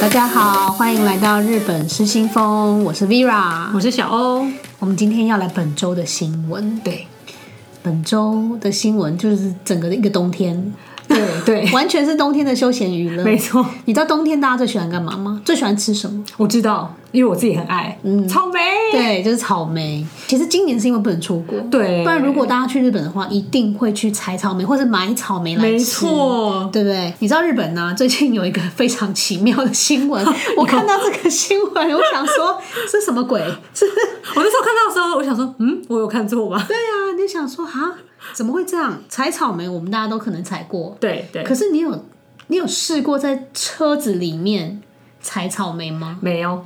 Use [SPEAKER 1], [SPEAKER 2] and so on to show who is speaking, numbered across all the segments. [SPEAKER 1] 大家好，欢迎来到日本失心疯，我是 Vera。
[SPEAKER 2] 我是小欧。
[SPEAKER 1] 我们今天要来本周的新闻，
[SPEAKER 2] 对，
[SPEAKER 1] 本周的新闻就是整个的一个冬天，
[SPEAKER 2] 对 对，
[SPEAKER 1] 完全是冬天的休闲娱乐。
[SPEAKER 2] 没错，
[SPEAKER 1] 你知道冬天大家最喜欢干嘛吗？最喜欢吃什么？
[SPEAKER 2] 我知道，因为我自己很爱，嗯，草莓。
[SPEAKER 1] 对，就是草莓。其实今年是因为不能出国，
[SPEAKER 2] 对
[SPEAKER 1] 不然如果大家去日本的话，一定会去采草莓或者买草莓来吃。
[SPEAKER 2] 没错，
[SPEAKER 1] 对不对？你知道日本呢、 最近有一个非常奇妙的新 闻，我看到这个新闻，我想说是什么鬼？ 是
[SPEAKER 2] 我那时候看到的时候，我想说，嗯，我有看错吗？
[SPEAKER 1] 对啊，你就想说啊，怎么会这样？采草莓，我们大家都可能采过，
[SPEAKER 2] 对对，
[SPEAKER 1] 可是你有你有试过在车子里面采草莓 吗？
[SPEAKER 2] 没有，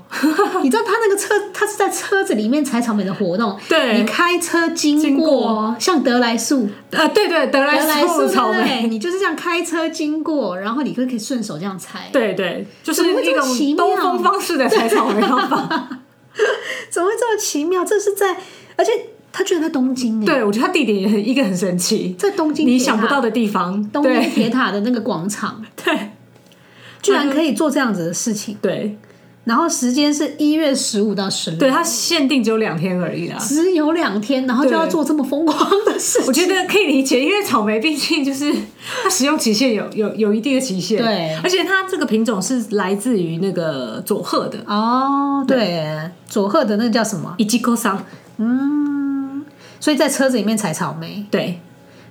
[SPEAKER 1] 你知道他那个车，他是在车子里面采草莓的活动，
[SPEAKER 2] 对
[SPEAKER 1] 你开车经过，
[SPEAKER 2] 经过
[SPEAKER 1] 像德莱素，
[SPEAKER 2] 呃，对对，德
[SPEAKER 1] 德莱
[SPEAKER 2] 莱
[SPEAKER 1] 素
[SPEAKER 2] 素草
[SPEAKER 1] 对不
[SPEAKER 2] 莓，
[SPEAKER 1] 对哎你就是这样开车经过，然后你就可以顺手这样采，
[SPEAKER 2] 对对，就是
[SPEAKER 1] 怎么会这
[SPEAKER 2] 一
[SPEAKER 1] 么奇
[SPEAKER 2] 种
[SPEAKER 1] 妙
[SPEAKER 2] 东风方式的采草莓 方法。
[SPEAKER 1] 怎么会这么奇妙？这是在，而且他居然在东京哎，
[SPEAKER 2] 对，我觉得它地点也很一个很神奇，
[SPEAKER 1] 在东京铁塔
[SPEAKER 2] 你想不到的地方。
[SPEAKER 1] 东京
[SPEAKER 2] 对
[SPEAKER 1] 铁塔的那个广 场，
[SPEAKER 2] 对
[SPEAKER 1] 居然可以做这样子的事情，
[SPEAKER 2] 对
[SPEAKER 1] 然后时间是一月十五到十六，
[SPEAKER 2] 对，它限定只有两天而已啦。
[SPEAKER 1] 只有两天，然后就要
[SPEAKER 2] 对
[SPEAKER 1] 做这么疯狂的事情
[SPEAKER 2] 我觉得可以理解，因为草莓毕竟就是它使用期限有有有一定的期限，
[SPEAKER 1] 对
[SPEAKER 2] 而且它这个品种是来自于那个佐贺的
[SPEAKER 1] 哦，对，佐贺的那个叫什么？
[SPEAKER 2] i j i k o s a
[SPEAKER 1] 所以在车子里面采草莓，
[SPEAKER 2] 对，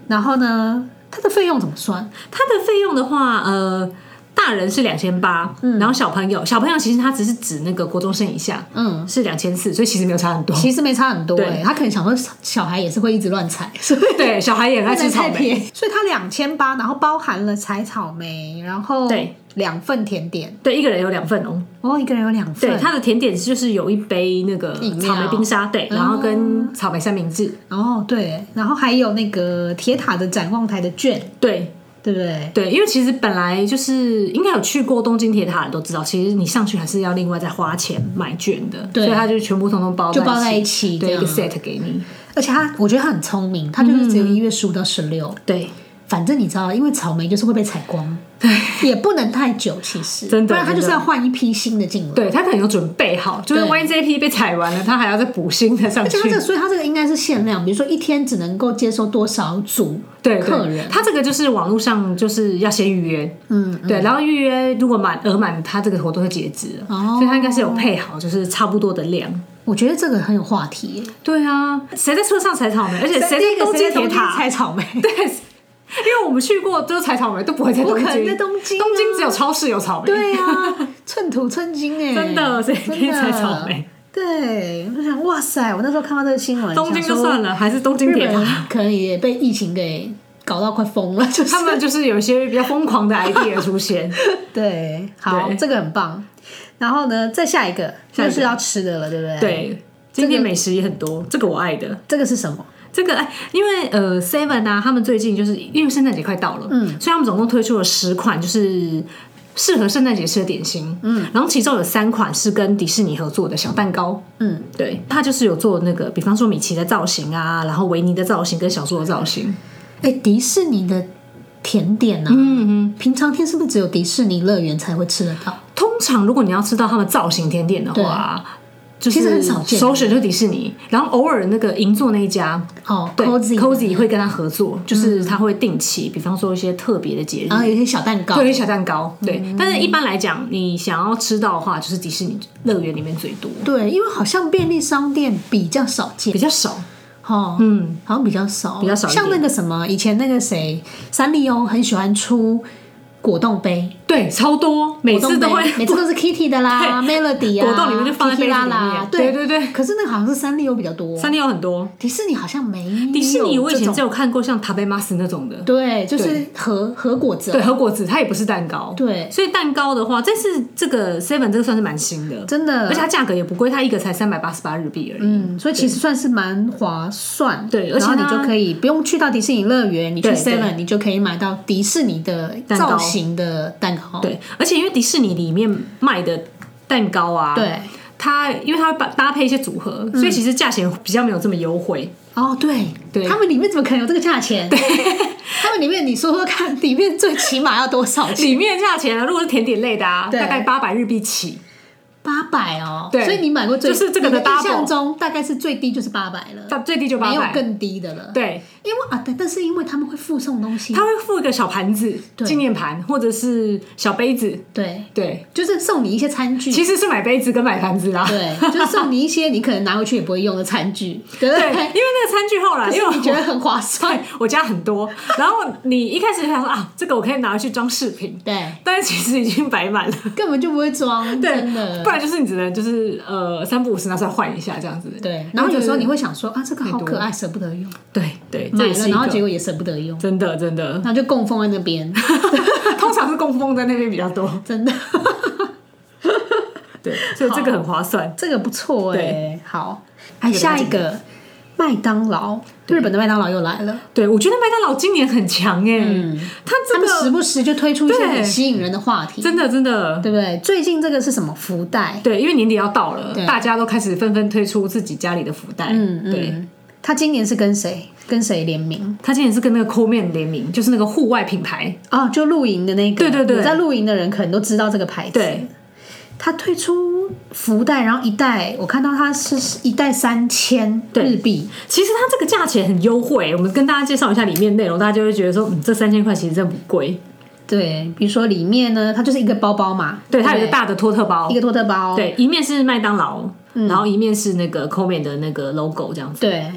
[SPEAKER 1] 然后呢，它的费用怎么算？
[SPEAKER 2] 它的费用的话，呃，大人是两千八，然后小朋友小朋友其实他只是指那个国中生以下，
[SPEAKER 1] 嗯，
[SPEAKER 2] 是两千四，所以其实没有差很多。
[SPEAKER 1] 其实没差很多、
[SPEAKER 2] 对
[SPEAKER 1] 欸，他可能想说小孩也是会一直乱采，所以
[SPEAKER 2] 对，小孩也很爱吃草
[SPEAKER 1] 太便
[SPEAKER 2] 莓，
[SPEAKER 1] 宜， 所以它两千八，然后包含了采草莓，然后
[SPEAKER 2] 对
[SPEAKER 1] 两份甜点，
[SPEAKER 2] 对，一个人有两份哦。
[SPEAKER 1] 哦，一个人有两
[SPEAKER 2] 对，
[SPEAKER 1] 份，
[SPEAKER 2] 它的甜点就是有一杯那个
[SPEAKER 1] 饮料嗯
[SPEAKER 2] 草莓冰沙，对，然后跟草莓三明治，
[SPEAKER 1] 哦对，然后还有那个铁塔的展望台的券，
[SPEAKER 2] 对，
[SPEAKER 1] 对不对？
[SPEAKER 2] 对，因为其实本来就是应该有去过东京铁塔的都知道，其实你上去还是要另外再花钱买券的，
[SPEAKER 1] 对
[SPEAKER 2] 所以它就全部通通包
[SPEAKER 1] 就包在一
[SPEAKER 2] 一
[SPEAKER 1] 起
[SPEAKER 2] 对，一个
[SPEAKER 1] 这啊
[SPEAKER 2] set 嗯给你，
[SPEAKER 1] 而且他，我觉得他很聪明，他就是只有一月十五到十六、
[SPEAKER 2] 对
[SPEAKER 1] 反正你知道，因为草莓就是会被采光，也不能太久，其实
[SPEAKER 2] 真
[SPEAKER 1] 不
[SPEAKER 2] 的
[SPEAKER 1] 然它就是
[SPEAKER 2] 真的
[SPEAKER 1] 要换一批新的进来。
[SPEAKER 2] 对，他可能有准备好，就是
[SPEAKER 1] 对
[SPEAKER 2] 万一这一批被采完了，他还要再补新的上
[SPEAKER 1] 而
[SPEAKER 2] 去
[SPEAKER 1] 且它这，个，所以它这个应该是限量，比如说一天只能够接受多少组
[SPEAKER 2] 对
[SPEAKER 1] 客
[SPEAKER 2] 对
[SPEAKER 1] 人，。
[SPEAKER 2] 他这个就是网络上就是要先预约，
[SPEAKER 1] 嗯，
[SPEAKER 2] 对，然后预约如果满额满，他这个活动就截止了，
[SPEAKER 1] 哦
[SPEAKER 2] 所以他应该是有配好，就是差不多的量。
[SPEAKER 1] 我觉得这个很有话题耶。
[SPEAKER 2] 对啊，谁在车上采草莓？而且谁
[SPEAKER 1] 第一
[SPEAKER 2] 在
[SPEAKER 1] 个
[SPEAKER 2] 东
[SPEAKER 1] 谁
[SPEAKER 2] 京
[SPEAKER 1] 在东京
[SPEAKER 2] 铁塔？
[SPEAKER 1] 采草莓？
[SPEAKER 2] 对，因为我们去过，就是采草莓都不会在
[SPEAKER 1] 不
[SPEAKER 2] 东京，
[SPEAKER 1] 可能在东京啊
[SPEAKER 2] 东京只有超市有草莓。
[SPEAKER 1] 对啊， 寸土寸金哎，
[SPEAKER 2] 真的谁可以
[SPEAKER 1] 真的
[SPEAKER 2] 采草莓？
[SPEAKER 1] 对，我就想，哇塞！我那时候看到这个新闻，
[SPEAKER 2] 东京
[SPEAKER 1] 想说
[SPEAKER 2] 就算了，还是东京
[SPEAKER 1] 日
[SPEAKER 2] 铁塔，
[SPEAKER 1] 本可能也被疫情给搞到快疯了，就是
[SPEAKER 2] 他们就是有一些比较疯狂的 idea 出现。
[SPEAKER 1] 对，好，
[SPEAKER 2] 对
[SPEAKER 1] 这个很棒。然后呢，再下一个就
[SPEAKER 2] 下一个
[SPEAKER 1] 是要吃的了， 对不对？，
[SPEAKER 2] 对，今天美食也很多，这个我爱的。
[SPEAKER 1] 这个是什么？
[SPEAKER 2] 这个哎，因为呃，Seven 啊，他们最近就是因为圣诞节快到了，嗯，所以他们总共推出了十款就是适合圣诞节吃的点心，嗯，然后其中有三款是跟迪士尼合作的小蛋糕，
[SPEAKER 1] 嗯，
[SPEAKER 2] 对，它就是有做那个，比方说米奇的造型啊，然后维尼的造型跟小猪的造型，
[SPEAKER 1] 哎，迪士尼的甜点呢、啊？
[SPEAKER 2] 嗯嗯。
[SPEAKER 1] 平常天是不是只有迪士尼乐园才会吃得到？
[SPEAKER 2] 通常如果你要吃到他们造型甜点的话，就是
[SPEAKER 1] 其实很少见
[SPEAKER 2] 首选就是迪士尼，然后偶尔那个银座那一家。
[SPEAKER 1] 哦
[SPEAKER 2] 对
[SPEAKER 1] ，cozy，嗯
[SPEAKER 2] cozy 会跟他合作，就是他会定期，比方说一些特别的节日，
[SPEAKER 1] 然后有一些小蛋糕。
[SPEAKER 2] 对，小蛋糕，对。
[SPEAKER 1] 嗯
[SPEAKER 2] 但是一般来讲，你想要吃到的话，就是迪士尼乐园里面最多，
[SPEAKER 1] 对，因为好像便利商店比较少见
[SPEAKER 2] 比，较少。
[SPEAKER 1] 哦，
[SPEAKER 2] 嗯，
[SPEAKER 1] 好像比较少，
[SPEAKER 2] 比较少一点
[SPEAKER 1] 像那个什么，以前那个谁，三丽鸥很喜欢出果冻杯，
[SPEAKER 2] 对，超多，每
[SPEAKER 1] 果
[SPEAKER 2] 次
[SPEAKER 1] 冻
[SPEAKER 2] 都会
[SPEAKER 1] 杯，每次都是 Kitty 的 啦，Melody 啊，
[SPEAKER 2] 果冻里面就放在杯子里
[SPEAKER 1] Kiki
[SPEAKER 2] 面
[SPEAKER 1] 啦啦对
[SPEAKER 2] 对对对
[SPEAKER 1] 可是那个好像是三丽鸥比较多，
[SPEAKER 2] 三丽有很多。
[SPEAKER 1] 迪士尼好像没有这种。
[SPEAKER 2] 迪
[SPEAKER 1] 迪
[SPEAKER 2] 士尼我以前只有看过像塔贝马斯那种的，
[SPEAKER 1] 对，就是和和果子，
[SPEAKER 2] 对，和果子它也不是蛋糕，
[SPEAKER 1] 对
[SPEAKER 2] 所以蛋糕的话，这次这个 Seven 这个算是蛮新的，
[SPEAKER 1] 真的，
[SPEAKER 2] 而且它价格也不贵，它一个才三百八十八日币而已。
[SPEAKER 1] 嗯，所以其实算是蛮划算，
[SPEAKER 2] 对
[SPEAKER 1] 然后
[SPEAKER 2] 而且
[SPEAKER 1] 你
[SPEAKER 2] 它
[SPEAKER 1] 就可以不用去到迪士尼乐园，你去
[SPEAKER 2] 对
[SPEAKER 1] Seven 你就可以买到迪士尼的
[SPEAKER 2] 蛋糕
[SPEAKER 1] 造型的蛋糕，
[SPEAKER 2] 对，而且因为迪士尼里面卖的蛋糕啊，
[SPEAKER 1] 对，嗯
[SPEAKER 2] 它因为它会搭搭配一些组合，所以其实价钱比较没有这么 优惠。
[SPEAKER 1] 哦，对
[SPEAKER 2] 对
[SPEAKER 1] 他们里面怎么可能有这个价钱？对，他们里面你说说看，里面最起码要多少 钱？
[SPEAKER 2] 里面价钱啊，如果是甜点类的啊，
[SPEAKER 1] 对
[SPEAKER 2] 大概八百日币起。
[SPEAKER 1] 八百哦，
[SPEAKER 2] 对
[SPEAKER 1] 所以你买过最
[SPEAKER 2] 就是这个的
[SPEAKER 1] 你印象
[SPEAKER 2] double
[SPEAKER 1] 中大概是最低就是八百了，
[SPEAKER 2] 它最低就八
[SPEAKER 1] 没有
[SPEAKER 2] 百。
[SPEAKER 1] 更低的了。，
[SPEAKER 2] 对，
[SPEAKER 1] 因为啊，对，但是因为他们会附送东西
[SPEAKER 2] 它，会附一个小盘子、
[SPEAKER 1] 嗯对嗯
[SPEAKER 2] 纪念盘或者是小杯子。
[SPEAKER 1] 对，
[SPEAKER 2] 对，
[SPEAKER 1] 就是送你一些餐具，
[SPEAKER 2] 其实是买杯子跟买盘子啦。
[SPEAKER 1] 对，就是送你一些你可能拿回去也不会用的餐 具，对不
[SPEAKER 2] 对，
[SPEAKER 1] 对？
[SPEAKER 2] 因为那个餐具后来，因为
[SPEAKER 1] 因为你觉
[SPEAKER 2] 我
[SPEAKER 1] 得很划算，
[SPEAKER 2] 我家很多，然后你一开始就想说啊，这个我可以拿去装饰品，
[SPEAKER 1] 对，
[SPEAKER 2] 但是其实已经摆满了。
[SPEAKER 1] 根本就不会装，
[SPEAKER 2] 对
[SPEAKER 1] 真的，
[SPEAKER 2] 不。然就是你只能就是呃三不五时拿出来换一下这样子。
[SPEAKER 1] 对，然后有时候你会想说啊，这个好
[SPEAKER 2] 太多
[SPEAKER 1] 可爱，舍不得用，
[SPEAKER 2] 对对，这
[SPEAKER 1] 买
[SPEAKER 2] 也
[SPEAKER 1] 了
[SPEAKER 2] 是一
[SPEAKER 1] 然后结
[SPEAKER 2] 个
[SPEAKER 1] 果也舍不得用，
[SPEAKER 2] 真的真 的，
[SPEAKER 1] 那就供奉在那 边，
[SPEAKER 2] 通常是供奉在那边比较多。
[SPEAKER 1] 真的，
[SPEAKER 2] 对，所以这个很划算。
[SPEAKER 1] 这个不错哎、
[SPEAKER 2] 对
[SPEAKER 1] 好，哎，下一个麦当劳，日本的麦当劳又来了，
[SPEAKER 2] 对，我觉得麦当劳今年很强哎、它
[SPEAKER 1] 嗯他
[SPEAKER 2] 这
[SPEAKER 1] 们时
[SPEAKER 2] 个
[SPEAKER 1] 不时就推出一些
[SPEAKER 2] 对
[SPEAKER 1] 很吸引人的话题，
[SPEAKER 2] 真的真的。
[SPEAKER 1] 对不对？最近这个是什么福袋？
[SPEAKER 2] 对，因为年底要到了
[SPEAKER 1] 对，
[SPEAKER 2] 大家都开始纷纷推出自己家里的福袋。
[SPEAKER 1] 嗯
[SPEAKER 2] 对，
[SPEAKER 1] 嗯，他今年是跟谁跟谁联名？
[SPEAKER 2] 它今年是跟那个 Co 面联名，就是那个户外品牌。
[SPEAKER 1] 哦，就露营的那个，
[SPEAKER 2] 对对对
[SPEAKER 1] 有在露营的人可能都知道这个牌子。
[SPEAKER 2] 对，
[SPEAKER 1] 他推出福袋，然后一袋，我看到它是一袋三千
[SPEAKER 2] 对
[SPEAKER 1] 日币，
[SPEAKER 2] 其实它这个价钱很优惠，我们跟大家介绍一下里面内容，大家就会觉得说，嗯，这三千块其实真不贵。
[SPEAKER 1] 对，比如说里面呢，它就是一个包包嘛，
[SPEAKER 2] 对，
[SPEAKER 1] 不
[SPEAKER 2] 它有一个大的托特包
[SPEAKER 1] 一，个托特包，嗯
[SPEAKER 2] 对，一面是麦当劳，然后一面是那个 Co 面的那个 logo 这样子，
[SPEAKER 1] 对，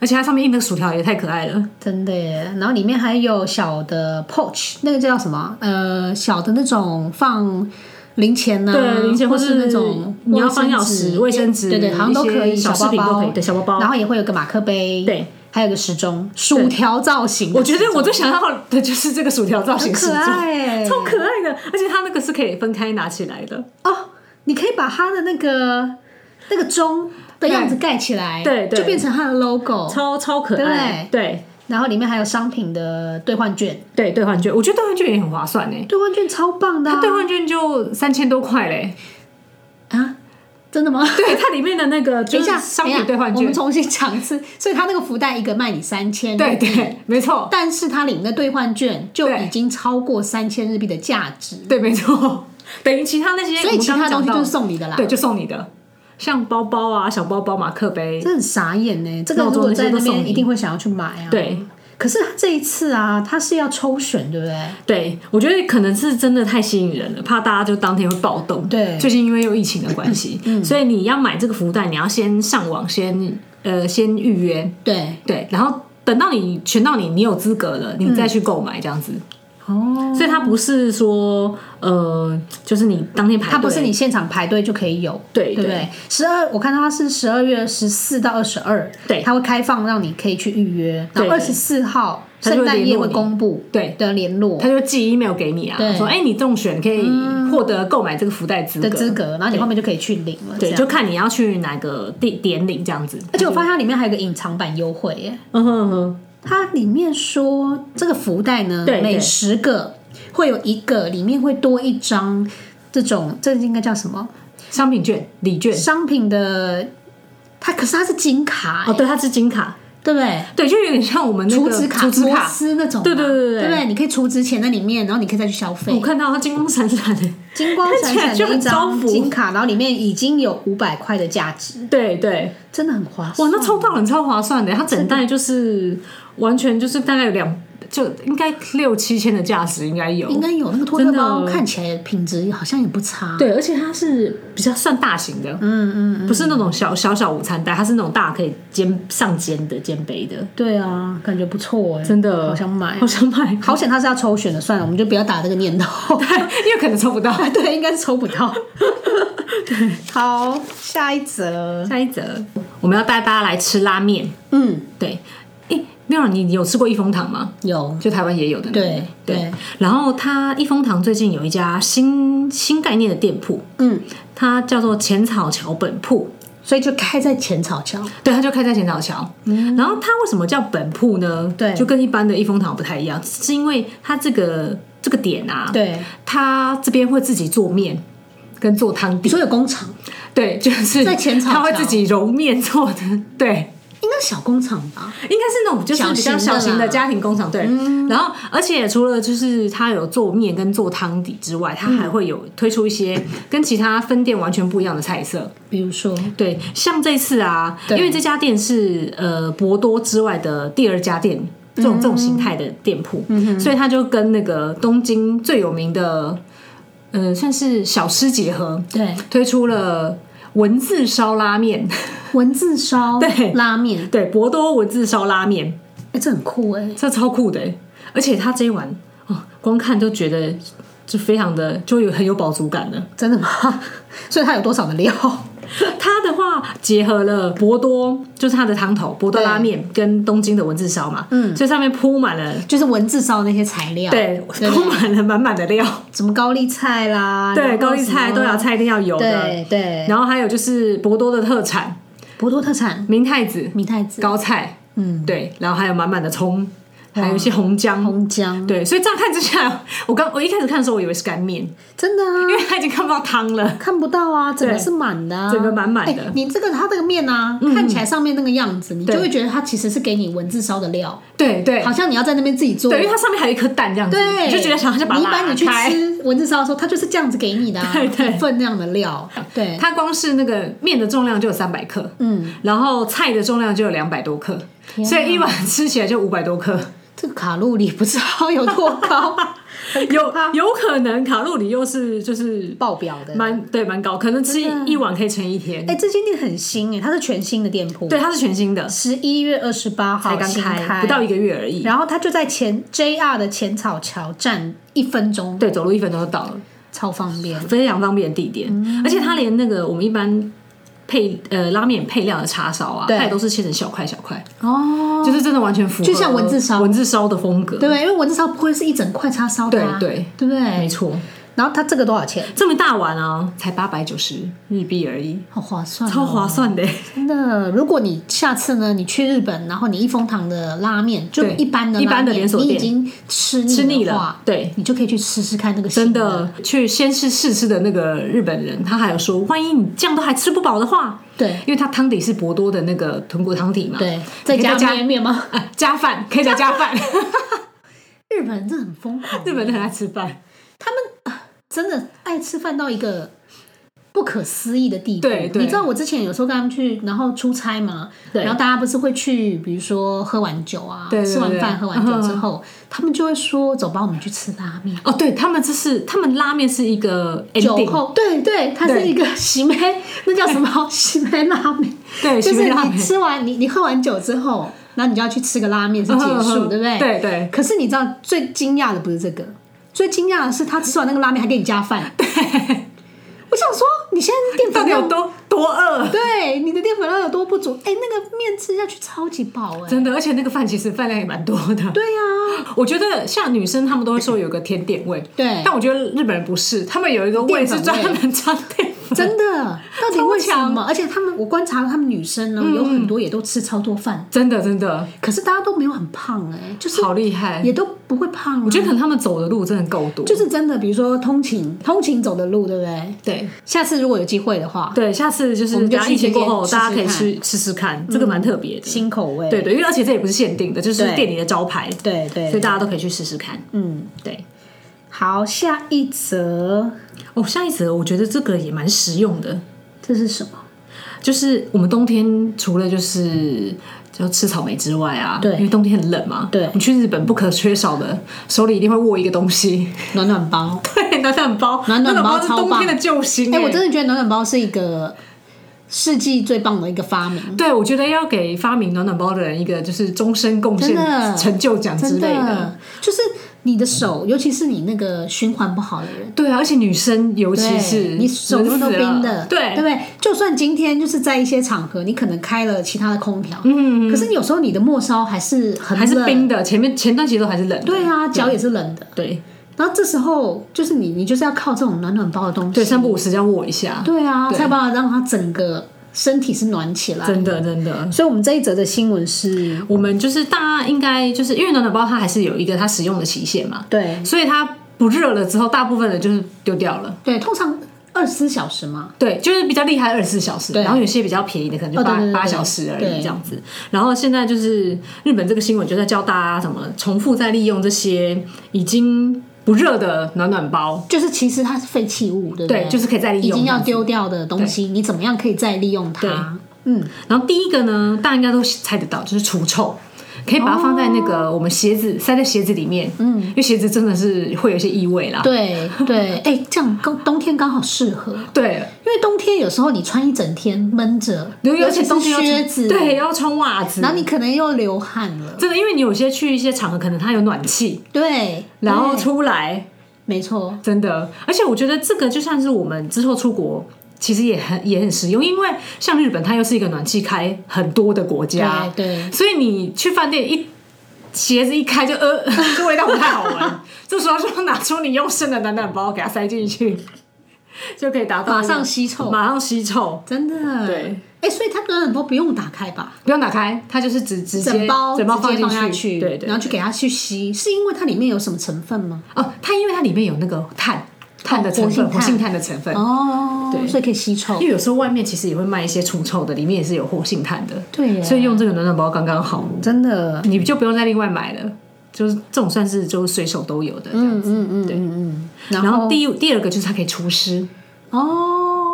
[SPEAKER 2] 而且它上面印的薯条也太可爱了。
[SPEAKER 1] 真的耶。然后里面还有小的 pouch，那个叫什么？呃，小的那种放零钱呐、
[SPEAKER 2] 对零钱
[SPEAKER 1] 或
[SPEAKER 2] 嗯或
[SPEAKER 1] 是
[SPEAKER 2] 是
[SPEAKER 1] 那种
[SPEAKER 2] 你要放
[SPEAKER 1] 卫生
[SPEAKER 2] 钥匙
[SPEAKER 1] 纸
[SPEAKER 2] 卫生纸
[SPEAKER 1] 对对，好像都
[SPEAKER 2] 一些
[SPEAKER 1] 可以，
[SPEAKER 2] 小
[SPEAKER 1] 包
[SPEAKER 2] 饰品
[SPEAKER 1] 包
[SPEAKER 2] 都可以对小包包
[SPEAKER 1] 然后也会有个马克杯，
[SPEAKER 2] 对，
[SPEAKER 1] 还有个时钟，薯条造型的
[SPEAKER 2] 我
[SPEAKER 1] 时钟，
[SPEAKER 2] 觉得我最想要的就是这个薯条造型时
[SPEAKER 1] 很可爱
[SPEAKER 2] 钟，超可爱的，而且它那个是可以分开拿起来的。
[SPEAKER 1] 哦，你可以把它的那个那个钟的样子盖起来，
[SPEAKER 2] 对对
[SPEAKER 1] 就变成它的 logo，
[SPEAKER 2] 超超可爱，对
[SPEAKER 1] 然后里面还有商品的兑换券，
[SPEAKER 2] 对兑换券，我觉得兑换券也很划算欸呢。
[SPEAKER 1] 兑换券超棒的、啊
[SPEAKER 2] 它，兑换券就三千多块嘞，
[SPEAKER 1] 啊，真的吗？
[SPEAKER 2] 对，它里面的那个
[SPEAKER 1] 等
[SPEAKER 2] 就
[SPEAKER 1] 一下，
[SPEAKER 2] 是商
[SPEAKER 1] 等一
[SPEAKER 2] 品
[SPEAKER 1] 下
[SPEAKER 2] 兑换
[SPEAKER 1] 我们
[SPEAKER 2] 券，
[SPEAKER 1] 重新讲一次。所以他那个福袋一个卖你三千，
[SPEAKER 2] 对，对，没错，
[SPEAKER 1] 但是他领的兑换券就
[SPEAKER 2] 对
[SPEAKER 1] 已经超过三千日币的价值，
[SPEAKER 2] 对，没错，等于其他那些，
[SPEAKER 1] 所以其他
[SPEAKER 2] 哎
[SPEAKER 1] 东西
[SPEAKER 2] 我们刚刚讲到
[SPEAKER 1] 就是送你的啦。
[SPEAKER 2] 对，就送你的，像包包啊、小包包、马克杯
[SPEAKER 1] 这，很傻眼呢、这个
[SPEAKER 2] 闹
[SPEAKER 1] 如
[SPEAKER 2] 钟
[SPEAKER 1] 果在那
[SPEAKER 2] 那些都送
[SPEAKER 1] 边
[SPEAKER 2] 你
[SPEAKER 1] 一定会想要去买啊。，
[SPEAKER 2] 对
[SPEAKER 1] 可是这一次啊，他是要抽选，对不对？
[SPEAKER 2] 对，我觉得可能是真的太吸引人了，怕大家就当天会暴动。
[SPEAKER 1] 对嗯
[SPEAKER 2] 最近因为有疫情的关系，所以你要买这个福袋，你要先上网先呃先预约，
[SPEAKER 1] 对，
[SPEAKER 2] 对，然后等到你选到你你有资格了，你再去购买这样子。
[SPEAKER 1] 哦，
[SPEAKER 2] 所以它不是说呃，就是你当天排队，
[SPEAKER 1] 它不是你现场排队就可以有。
[SPEAKER 2] 对
[SPEAKER 1] 对不对？十二，我看到它是十二月十四到二十二，
[SPEAKER 2] 对
[SPEAKER 1] 它会开放让你可以去预约。然后
[SPEAKER 2] 对对
[SPEAKER 1] 二十四号
[SPEAKER 2] 它就
[SPEAKER 1] 圣
[SPEAKER 2] 会
[SPEAKER 1] 诞夜
[SPEAKER 2] 联络
[SPEAKER 1] 会
[SPEAKER 2] 你
[SPEAKER 1] 公布
[SPEAKER 2] 对
[SPEAKER 1] 的联络
[SPEAKER 2] 他就寄 email 给你啊
[SPEAKER 1] 对，
[SPEAKER 2] 说哎、你中选可以获得购买这个福袋嗯资格
[SPEAKER 1] 的资格，然后你后面就可以去领了。这
[SPEAKER 2] 对，
[SPEAKER 1] 样
[SPEAKER 2] 就看你要去哪个地点领这样子。
[SPEAKER 1] 而且我发现它里面还有个隐藏版优惠耶，
[SPEAKER 2] 嗯哼哼，
[SPEAKER 1] 它里面说这个福袋呢，
[SPEAKER 2] 对对
[SPEAKER 1] 每十个会有一个里面会多一张这种，这应该叫什么
[SPEAKER 2] 商品券、礼券
[SPEAKER 1] 商品的？它可是它是金卡耶、欸
[SPEAKER 2] 哦，对，它是金卡，
[SPEAKER 1] 对不对？
[SPEAKER 2] 对，就有点像我们那
[SPEAKER 1] 储
[SPEAKER 2] 个
[SPEAKER 1] 值卡、
[SPEAKER 2] 储值
[SPEAKER 1] 摩
[SPEAKER 2] 卡。
[SPEAKER 1] 斯那种嘛，
[SPEAKER 2] 对对对对对
[SPEAKER 1] 对不对？你可以储值钱在里面，然后你可以再去消
[SPEAKER 2] 我
[SPEAKER 1] 费。
[SPEAKER 2] 看到它金光闪闪的，
[SPEAKER 1] 金光闪
[SPEAKER 2] 看
[SPEAKER 1] 闪
[SPEAKER 2] 起来就
[SPEAKER 1] 的一
[SPEAKER 2] 很
[SPEAKER 1] 张
[SPEAKER 2] 招福
[SPEAKER 1] 金卡，然后里面已经有五百块的价值，
[SPEAKER 2] 对对，
[SPEAKER 1] 真的很划
[SPEAKER 2] 哇
[SPEAKER 1] 算。，
[SPEAKER 2] 那抽到很超划算的，它整袋就是完全就是大概有两，就应该六七千的价值应该有，
[SPEAKER 1] 应该有那个托特
[SPEAKER 2] 真的
[SPEAKER 1] 包，看起来品质好像也不差。
[SPEAKER 2] 对，而且它是比较算大型的，嗯嗯不是那种小小小午餐袋，它是那种大可以肩上肩的肩背的，
[SPEAKER 1] 对啊，感觉不错哎、
[SPEAKER 2] 真的
[SPEAKER 1] 好想买
[SPEAKER 2] 好。 想买，
[SPEAKER 1] 好险他是要抽选的，算了，我们就不要打这个念头。
[SPEAKER 2] 因为可能抽不到。
[SPEAKER 1] 对，应该是抽不到。好，下一则。
[SPEAKER 2] 下一则，我们要带大家来吃拉面。
[SPEAKER 1] 嗯，
[SPEAKER 2] 对，诶、妙儿，你有吃过一风堂吗？
[SPEAKER 1] 有
[SPEAKER 2] 就台湾也有的那个。
[SPEAKER 1] 对对
[SPEAKER 2] 对。然后它一风堂最近有一家新新概念的店铺，
[SPEAKER 1] 嗯，
[SPEAKER 2] 它叫做浅草桥本铺。
[SPEAKER 1] 所以就开在浅草桥。
[SPEAKER 2] 对，它就开在浅草桥。然后它为什么叫本铺呢？
[SPEAKER 1] 嗯对
[SPEAKER 2] 就跟一般的一风堂不太一样，是因为它这个这个点啊，
[SPEAKER 1] 对，
[SPEAKER 2] 它这边会自己做面。跟做汤
[SPEAKER 1] 你
[SPEAKER 2] 底，
[SPEAKER 1] 说有工厂，
[SPEAKER 2] 对，就是
[SPEAKER 1] 在浅草
[SPEAKER 2] 他会
[SPEAKER 1] 桥
[SPEAKER 2] 自己揉面做的， 对。
[SPEAKER 1] 应该是小工厂吧？
[SPEAKER 2] 应该是那种就是比较小
[SPEAKER 1] 小型
[SPEAKER 2] 型
[SPEAKER 1] 的
[SPEAKER 2] 的
[SPEAKER 1] 啦嗯
[SPEAKER 2] 家庭工厂，对。然后，而且除了就是它有做面跟做汤底之外，它
[SPEAKER 1] 嗯
[SPEAKER 2] 还会有推出一些跟其他分店完全不一样的菜色。
[SPEAKER 1] 比如说，
[SPEAKER 2] 对，像这次啊，
[SPEAKER 1] 对
[SPEAKER 2] 因为这家店是呃博多之外的第二家店。这种这种形态的店铺，所以它就跟那个东京最有名的，呃，算是小吃结合，
[SPEAKER 1] 对，
[SPEAKER 2] 推出了文字烧拉面，
[SPEAKER 1] 文字烧
[SPEAKER 2] 对
[SPEAKER 1] 拉面，
[SPEAKER 2] 对，博多文字烧拉面，
[SPEAKER 1] 哎，这很酷哎。
[SPEAKER 2] 这超酷的欸，而且他这一碗哦，光看就觉得就非常的就有很有饱足感的。
[SPEAKER 1] 真的吗？ 所以它有多少的料？
[SPEAKER 2] 它的话结合了博多，就是它的汤头博多拉面跟东京的文字烧嘛，嗯，所以上面铺满了。
[SPEAKER 1] 就是文字烧的那些材料，
[SPEAKER 2] 对，
[SPEAKER 1] 对
[SPEAKER 2] 铺满了满满的料，
[SPEAKER 1] 什么高丽菜啦，然
[SPEAKER 2] 对，
[SPEAKER 1] 后
[SPEAKER 2] 高丽菜、
[SPEAKER 1] 什么
[SPEAKER 2] 豆芽，菜一定要有的
[SPEAKER 1] 哦对，对，
[SPEAKER 2] 然后还有就是博多的特产
[SPEAKER 1] 博多特产
[SPEAKER 2] 明太子、
[SPEAKER 1] 米太子、
[SPEAKER 2] 高菜，
[SPEAKER 1] 嗯，
[SPEAKER 2] 对，然后还有满满的葱，还有一些红姜，
[SPEAKER 1] 红姜，
[SPEAKER 2] 对，所以这样看之下，我刚 我一开始看的时候，我以为是干面，
[SPEAKER 1] 真的啊，
[SPEAKER 2] 因为它已经看不到汤了。
[SPEAKER 1] 看不到啊，整个
[SPEAKER 2] 对
[SPEAKER 1] 是满的啊，
[SPEAKER 2] 整个满满的嗯
[SPEAKER 1] 哎你这个它这个面啊，看起来上面那个样子，你就会觉得它其实是给你文字烧的料，
[SPEAKER 2] 对对，
[SPEAKER 1] 好像你要在那边自己做。
[SPEAKER 2] 对，因为它上面还有一颗蛋这样子，
[SPEAKER 1] 对，
[SPEAKER 2] 你就觉得想要就把它
[SPEAKER 1] 你一般
[SPEAKER 2] 拉
[SPEAKER 1] 你去
[SPEAKER 2] 开。
[SPEAKER 1] 吃文字烧的时候，它就是这样子给你的啊，
[SPEAKER 2] 对对
[SPEAKER 1] 一份那样的 料，对，
[SPEAKER 2] 它光是那个面的重量就有三百克，
[SPEAKER 1] 嗯，
[SPEAKER 2] 然后菜的重量就有两百多克，
[SPEAKER 1] 哪
[SPEAKER 2] 所以一碗吃起来就五百多克，
[SPEAKER 1] 这个卡路里不知道有多 高，
[SPEAKER 2] 有有可能卡路里又是就是
[SPEAKER 1] 爆表的。
[SPEAKER 2] 蛮对蛮高，可能吃
[SPEAKER 1] 真的
[SPEAKER 2] 一碗可以撑一天。
[SPEAKER 1] 哎、这间店很新哎，它是全新的店铺，
[SPEAKER 2] 对，，它是全新的，
[SPEAKER 1] 十一月二十八号
[SPEAKER 2] 才刚
[SPEAKER 1] 新
[SPEAKER 2] 开
[SPEAKER 1] 开，
[SPEAKER 2] 不到一个月而已。
[SPEAKER 1] 然后它就在前 JR 的浅草桥站一分钟，
[SPEAKER 2] 对，走路一分钟就到了，
[SPEAKER 1] 超方便。
[SPEAKER 2] 非常方便的地点，
[SPEAKER 1] 嗯
[SPEAKER 2] 而且它连那个我们一般配呃拉面配料的叉烧啊，
[SPEAKER 1] 对
[SPEAKER 2] 它也都是切成小块小块。
[SPEAKER 1] 哦，
[SPEAKER 2] 就是真的完全符合，
[SPEAKER 1] 就像文字烧
[SPEAKER 2] 文字烧的风格，
[SPEAKER 1] 对不对？因为文字烧不会是一整块叉烧的、啊，
[SPEAKER 2] 对
[SPEAKER 1] 对，不
[SPEAKER 2] 没
[SPEAKER 1] 对？
[SPEAKER 2] 错，
[SPEAKER 1] 然后它这个多少钱？
[SPEAKER 2] 这么大碗啊，才八百九十日币而已，
[SPEAKER 1] 好划算、
[SPEAKER 2] 超划，算哦的。
[SPEAKER 1] 真的。如果你下次呢，你去日本，然后你一风堂的拉面，就
[SPEAKER 2] 对
[SPEAKER 1] 一般的
[SPEAKER 2] 一般的
[SPEAKER 1] 拉面
[SPEAKER 2] 连锁
[SPEAKER 1] 你已
[SPEAKER 2] 店
[SPEAKER 1] 经吃腻
[SPEAKER 2] 吃腻
[SPEAKER 1] 嗯的
[SPEAKER 2] 了
[SPEAKER 1] 话
[SPEAKER 2] 对
[SPEAKER 1] 你就可以去吃吃看那个
[SPEAKER 2] 真
[SPEAKER 1] 新的，
[SPEAKER 2] 的，去先是试吃的那个日本人，他还有说，万一你酱都还吃不饱的话，
[SPEAKER 1] 对
[SPEAKER 2] 因为他汤底是博多的那个豚骨汤底嘛，
[SPEAKER 1] 对
[SPEAKER 2] 你可
[SPEAKER 1] 再
[SPEAKER 2] 以，再
[SPEAKER 1] 加
[SPEAKER 2] 加
[SPEAKER 1] 面面 吗？
[SPEAKER 2] 啊加饭，可以再 加饭。
[SPEAKER 1] 日本人真的很疯狂，
[SPEAKER 2] 日本人很爱吃饭，
[SPEAKER 1] 真的爱吃饭到一个不可思议的地步。
[SPEAKER 2] 对对
[SPEAKER 1] 你知道我之前有时候跟他们去，然后出差嘛，
[SPEAKER 2] 对
[SPEAKER 1] 然后大家不是会去，比如说喝完酒啊，
[SPEAKER 2] 对对嗯对
[SPEAKER 1] 吃完饭喝完酒之后，他们就会说：“走吧，我们去吃拉面。
[SPEAKER 2] 哦，对他们这是他们拉面是一个”
[SPEAKER 1] 酒
[SPEAKER 2] ending，
[SPEAKER 1] 后，对对，它是
[SPEAKER 2] 对
[SPEAKER 1] 一个喜梅，那叫什 么喜梅拉面？
[SPEAKER 2] 对，
[SPEAKER 1] 就
[SPEAKER 2] 喜
[SPEAKER 1] 是
[SPEAKER 2] 面拉
[SPEAKER 1] 你
[SPEAKER 2] 面
[SPEAKER 1] 吃完你你喝完酒之后，然后你就要去吃个拉面是结
[SPEAKER 2] 嗯
[SPEAKER 1] 束，
[SPEAKER 2] 嗯
[SPEAKER 1] 对不对？
[SPEAKER 2] 对对
[SPEAKER 1] 可是你知道最惊讶的不是这个，最惊讶的是他吃完那个拉面还给你加 饭。对，我想说你现在淀
[SPEAKER 2] 到
[SPEAKER 1] 粉
[SPEAKER 2] 底
[SPEAKER 1] 量
[SPEAKER 2] 有，多多饿？
[SPEAKER 1] 对你的淀粉量有多不足？哎，那个面吃下去超级饱哎、
[SPEAKER 2] 真的，而且那个饭其实饭量也蛮多的。
[SPEAKER 1] 对呀、
[SPEAKER 2] 我觉得像女生，她们都会说有个甜点味，
[SPEAKER 1] 对
[SPEAKER 2] 但我觉得日本人不是，他们有一个味是专门装淀粉。
[SPEAKER 1] 真 的，到底为什
[SPEAKER 2] 超
[SPEAKER 1] 么？而且他们，我观察他们女生
[SPEAKER 2] 嗯
[SPEAKER 1] 呢，有很多也都吃超多饭，
[SPEAKER 2] 真的真的
[SPEAKER 1] 可是大家都没有很胖哎、就是
[SPEAKER 2] 好厉害！
[SPEAKER 1] 也都不会胖、啊。
[SPEAKER 2] 我觉得可能他们走的路真的够多。
[SPEAKER 1] 就是真的，比如说通勤，通勤走的路，对不对？
[SPEAKER 2] 对
[SPEAKER 1] 下次如果有机会的话，
[SPEAKER 2] 对，下次就
[SPEAKER 1] 我
[SPEAKER 2] 是
[SPEAKER 1] 们就
[SPEAKER 2] 等下疫情过后，
[SPEAKER 1] 去这
[SPEAKER 2] 大
[SPEAKER 1] 边
[SPEAKER 2] 家可以去吃吃看，这个蛮特别的。
[SPEAKER 1] 新口味，
[SPEAKER 2] 对对，因为而且这也不是限定的，就是
[SPEAKER 1] 嗯对
[SPEAKER 2] 店里的招牌，
[SPEAKER 1] 对
[SPEAKER 2] 所以
[SPEAKER 1] 对，
[SPEAKER 2] 大家都可以去试试看。
[SPEAKER 1] 嗯，
[SPEAKER 2] 对，
[SPEAKER 1] 好，下一则
[SPEAKER 2] 哦，下一则我觉得这个也蛮实用的，
[SPEAKER 1] 这是什么？
[SPEAKER 2] 就是我们冬天除了就是就吃草莓之外啊，
[SPEAKER 1] 对
[SPEAKER 2] 因为冬天很冷嘛，
[SPEAKER 1] 对
[SPEAKER 2] 你去日本不可缺少的，手里一定会握一个东西，
[SPEAKER 1] 暖暖包。
[SPEAKER 2] 对，暖暖包，
[SPEAKER 1] 暖暖包
[SPEAKER 2] 是
[SPEAKER 1] 超棒
[SPEAKER 2] 冬天的救星、
[SPEAKER 1] 哎、
[SPEAKER 2] 哎、
[SPEAKER 1] 我真的觉得暖暖包是一个世纪最棒的一个发明，
[SPEAKER 2] 对我觉得要给发明暖暖包的人一个就是终身贡献
[SPEAKER 1] 真的
[SPEAKER 2] 成就奖之
[SPEAKER 1] 真
[SPEAKER 2] 类的。
[SPEAKER 1] 的，就是你的手，尤其是你那个循环不好的人。
[SPEAKER 2] 对啊，而且女生尤
[SPEAKER 1] 对
[SPEAKER 2] 其是
[SPEAKER 1] 你手
[SPEAKER 2] 冷
[SPEAKER 1] 那么多
[SPEAKER 2] 死了
[SPEAKER 1] 冰的，
[SPEAKER 2] 啊对
[SPEAKER 1] 对不对？就算今天就是在一些场合，你可能开了其他的空调，嗯，可是你有时候你的末梢还是很
[SPEAKER 2] 还是
[SPEAKER 1] 冷
[SPEAKER 2] 冰的，前面前段期都还是冷的。
[SPEAKER 1] 对啊，脚也是冷的。
[SPEAKER 2] 对
[SPEAKER 1] 然后这时候就是你，你就是要靠这种暖暖包的东西，
[SPEAKER 2] 对，三不五时要握一下，
[SPEAKER 1] 对啊，
[SPEAKER 2] 对
[SPEAKER 1] 才有办法让它整个身体是暖起来。
[SPEAKER 2] 真的真的。
[SPEAKER 1] 所以，我们这一则的新闻是，
[SPEAKER 2] 我们就是大家应该就是因为暖暖包它还是有一个它使用的期限嘛，
[SPEAKER 1] 对
[SPEAKER 2] 所以它不热了之后，大部分人就是丢掉了。
[SPEAKER 1] 对，通常二十四小时嘛，
[SPEAKER 2] 对，就是比较厉害，二十四小时。
[SPEAKER 1] 对
[SPEAKER 2] 然后有些比较便宜的，可能就
[SPEAKER 1] 哦对
[SPEAKER 2] 八
[SPEAKER 1] 对对
[SPEAKER 2] 八、
[SPEAKER 1] 对
[SPEAKER 2] 小时而已
[SPEAKER 1] 对
[SPEAKER 2] 这样子。然后现在就是日本这个新闻就在教大家怎么重复再利用这些已经不热的暖暖包。
[SPEAKER 1] 就是其实它是废弃物，对不
[SPEAKER 2] 对，就是可以再利
[SPEAKER 1] 已
[SPEAKER 2] 用。
[SPEAKER 1] 经要丢掉的东西，你怎么样可以再利用
[SPEAKER 2] 对
[SPEAKER 1] 它？嗯，
[SPEAKER 2] 然后第一个呢，大家应该都猜得到，就是除臭，可以把它放在那个
[SPEAKER 1] 哦
[SPEAKER 2] 我们鞋子塞在鞋子里面，嗯，因为鞋子真的是会有一些异味啦。
[SPEAKER 1] 对 对，哎、这样刚冬天刚好适合，
[SPEAKER 2] 对，
[SPEAKER 1] 因为冬天有时候你穿一整天闷着，尤
[SPEAKER 2] 其
[SPEAKER 1] 其
[SPEAKER 2] 冬
[SPEAKER 1] 是
[SPEAKER 2] 天要
[SPEAKER 1] 靴子，
[SPEAKER 2] 对，，要穿袜子
[SPEAKER 1] 然。后你可能又流汗了，
[SPEAKER 2] 真的，因为你有些去一些场合，可能它有暖气，
[SPEAKER 1] 对，
[SPEAKER 2] 然后
[SPEAKER 1] 对
[SPEAKER 2] 出来，
[SPEAKER 1] 没错，
[SPEAKER 2] 真的，而且我觉得这个就算是我们之后出国，其实也很也很实用，因为像日本，它又是一个暖气开很多的国家，
[SPEAKER 1] 对对
[SPEAKER 2] 所以你去饭店一鞋子一开就呃， 这味道不太好闻，这时候就拿出你用剩的暖暖包给它塞进去，就可以达到
[SPEAKER 1] 马上吸臭
[SPEAKER 2] 马上吸臭，
[SPEAKER 1] 真的，
[SPEAKER 2] 对，
[SPEAKER 1] 哎、所以它暖暖包不用打开吧？
[SPEAKER 2] 不用打开，它就是直直接
[SPEAKER 1] 整包
[SPEAKER 2] 整包
[SPEAKER 1] 直接
[SPEAKER 2] 进
[SPEAKER 1] 放下
[SPEAKER 2] 去，对对
[SPEAKER 1] 然后去给它去吸，是因为它里面有什么成分吗？
[SPEAKER 2] 哦，它因为它里面有那个碳碳的成分，
[SPEAKER 1] 哦活性炭
[SPEAKER 2] 活性炭的成分，
[SPEAKER 1] 哦，
[SPEAKER 2] 对
[SPEAKER 1] 所以可以吸臭
[SPEAKER 2] 因，为有时候外面其实也会卖一些除臭的，里面也是有活性炭的，
[SPEAKER 1] 对耶
[SPEAKER 2] 所以用这个暖暖包刚刚好，
[SPEAKER 1] 真的，
[SPEAKER 2] 你就不用再另外买了。就是这种算是就是随手都有的这样子。
[SPEAKER 1] 嗯嗯嗯嗯，然
[SPEAKER 2] 然
[SPEAKER 1] 后
[SPEAKER 2] 后第一第二个就是它可以除湿，
[SPEAKER 1] 哦，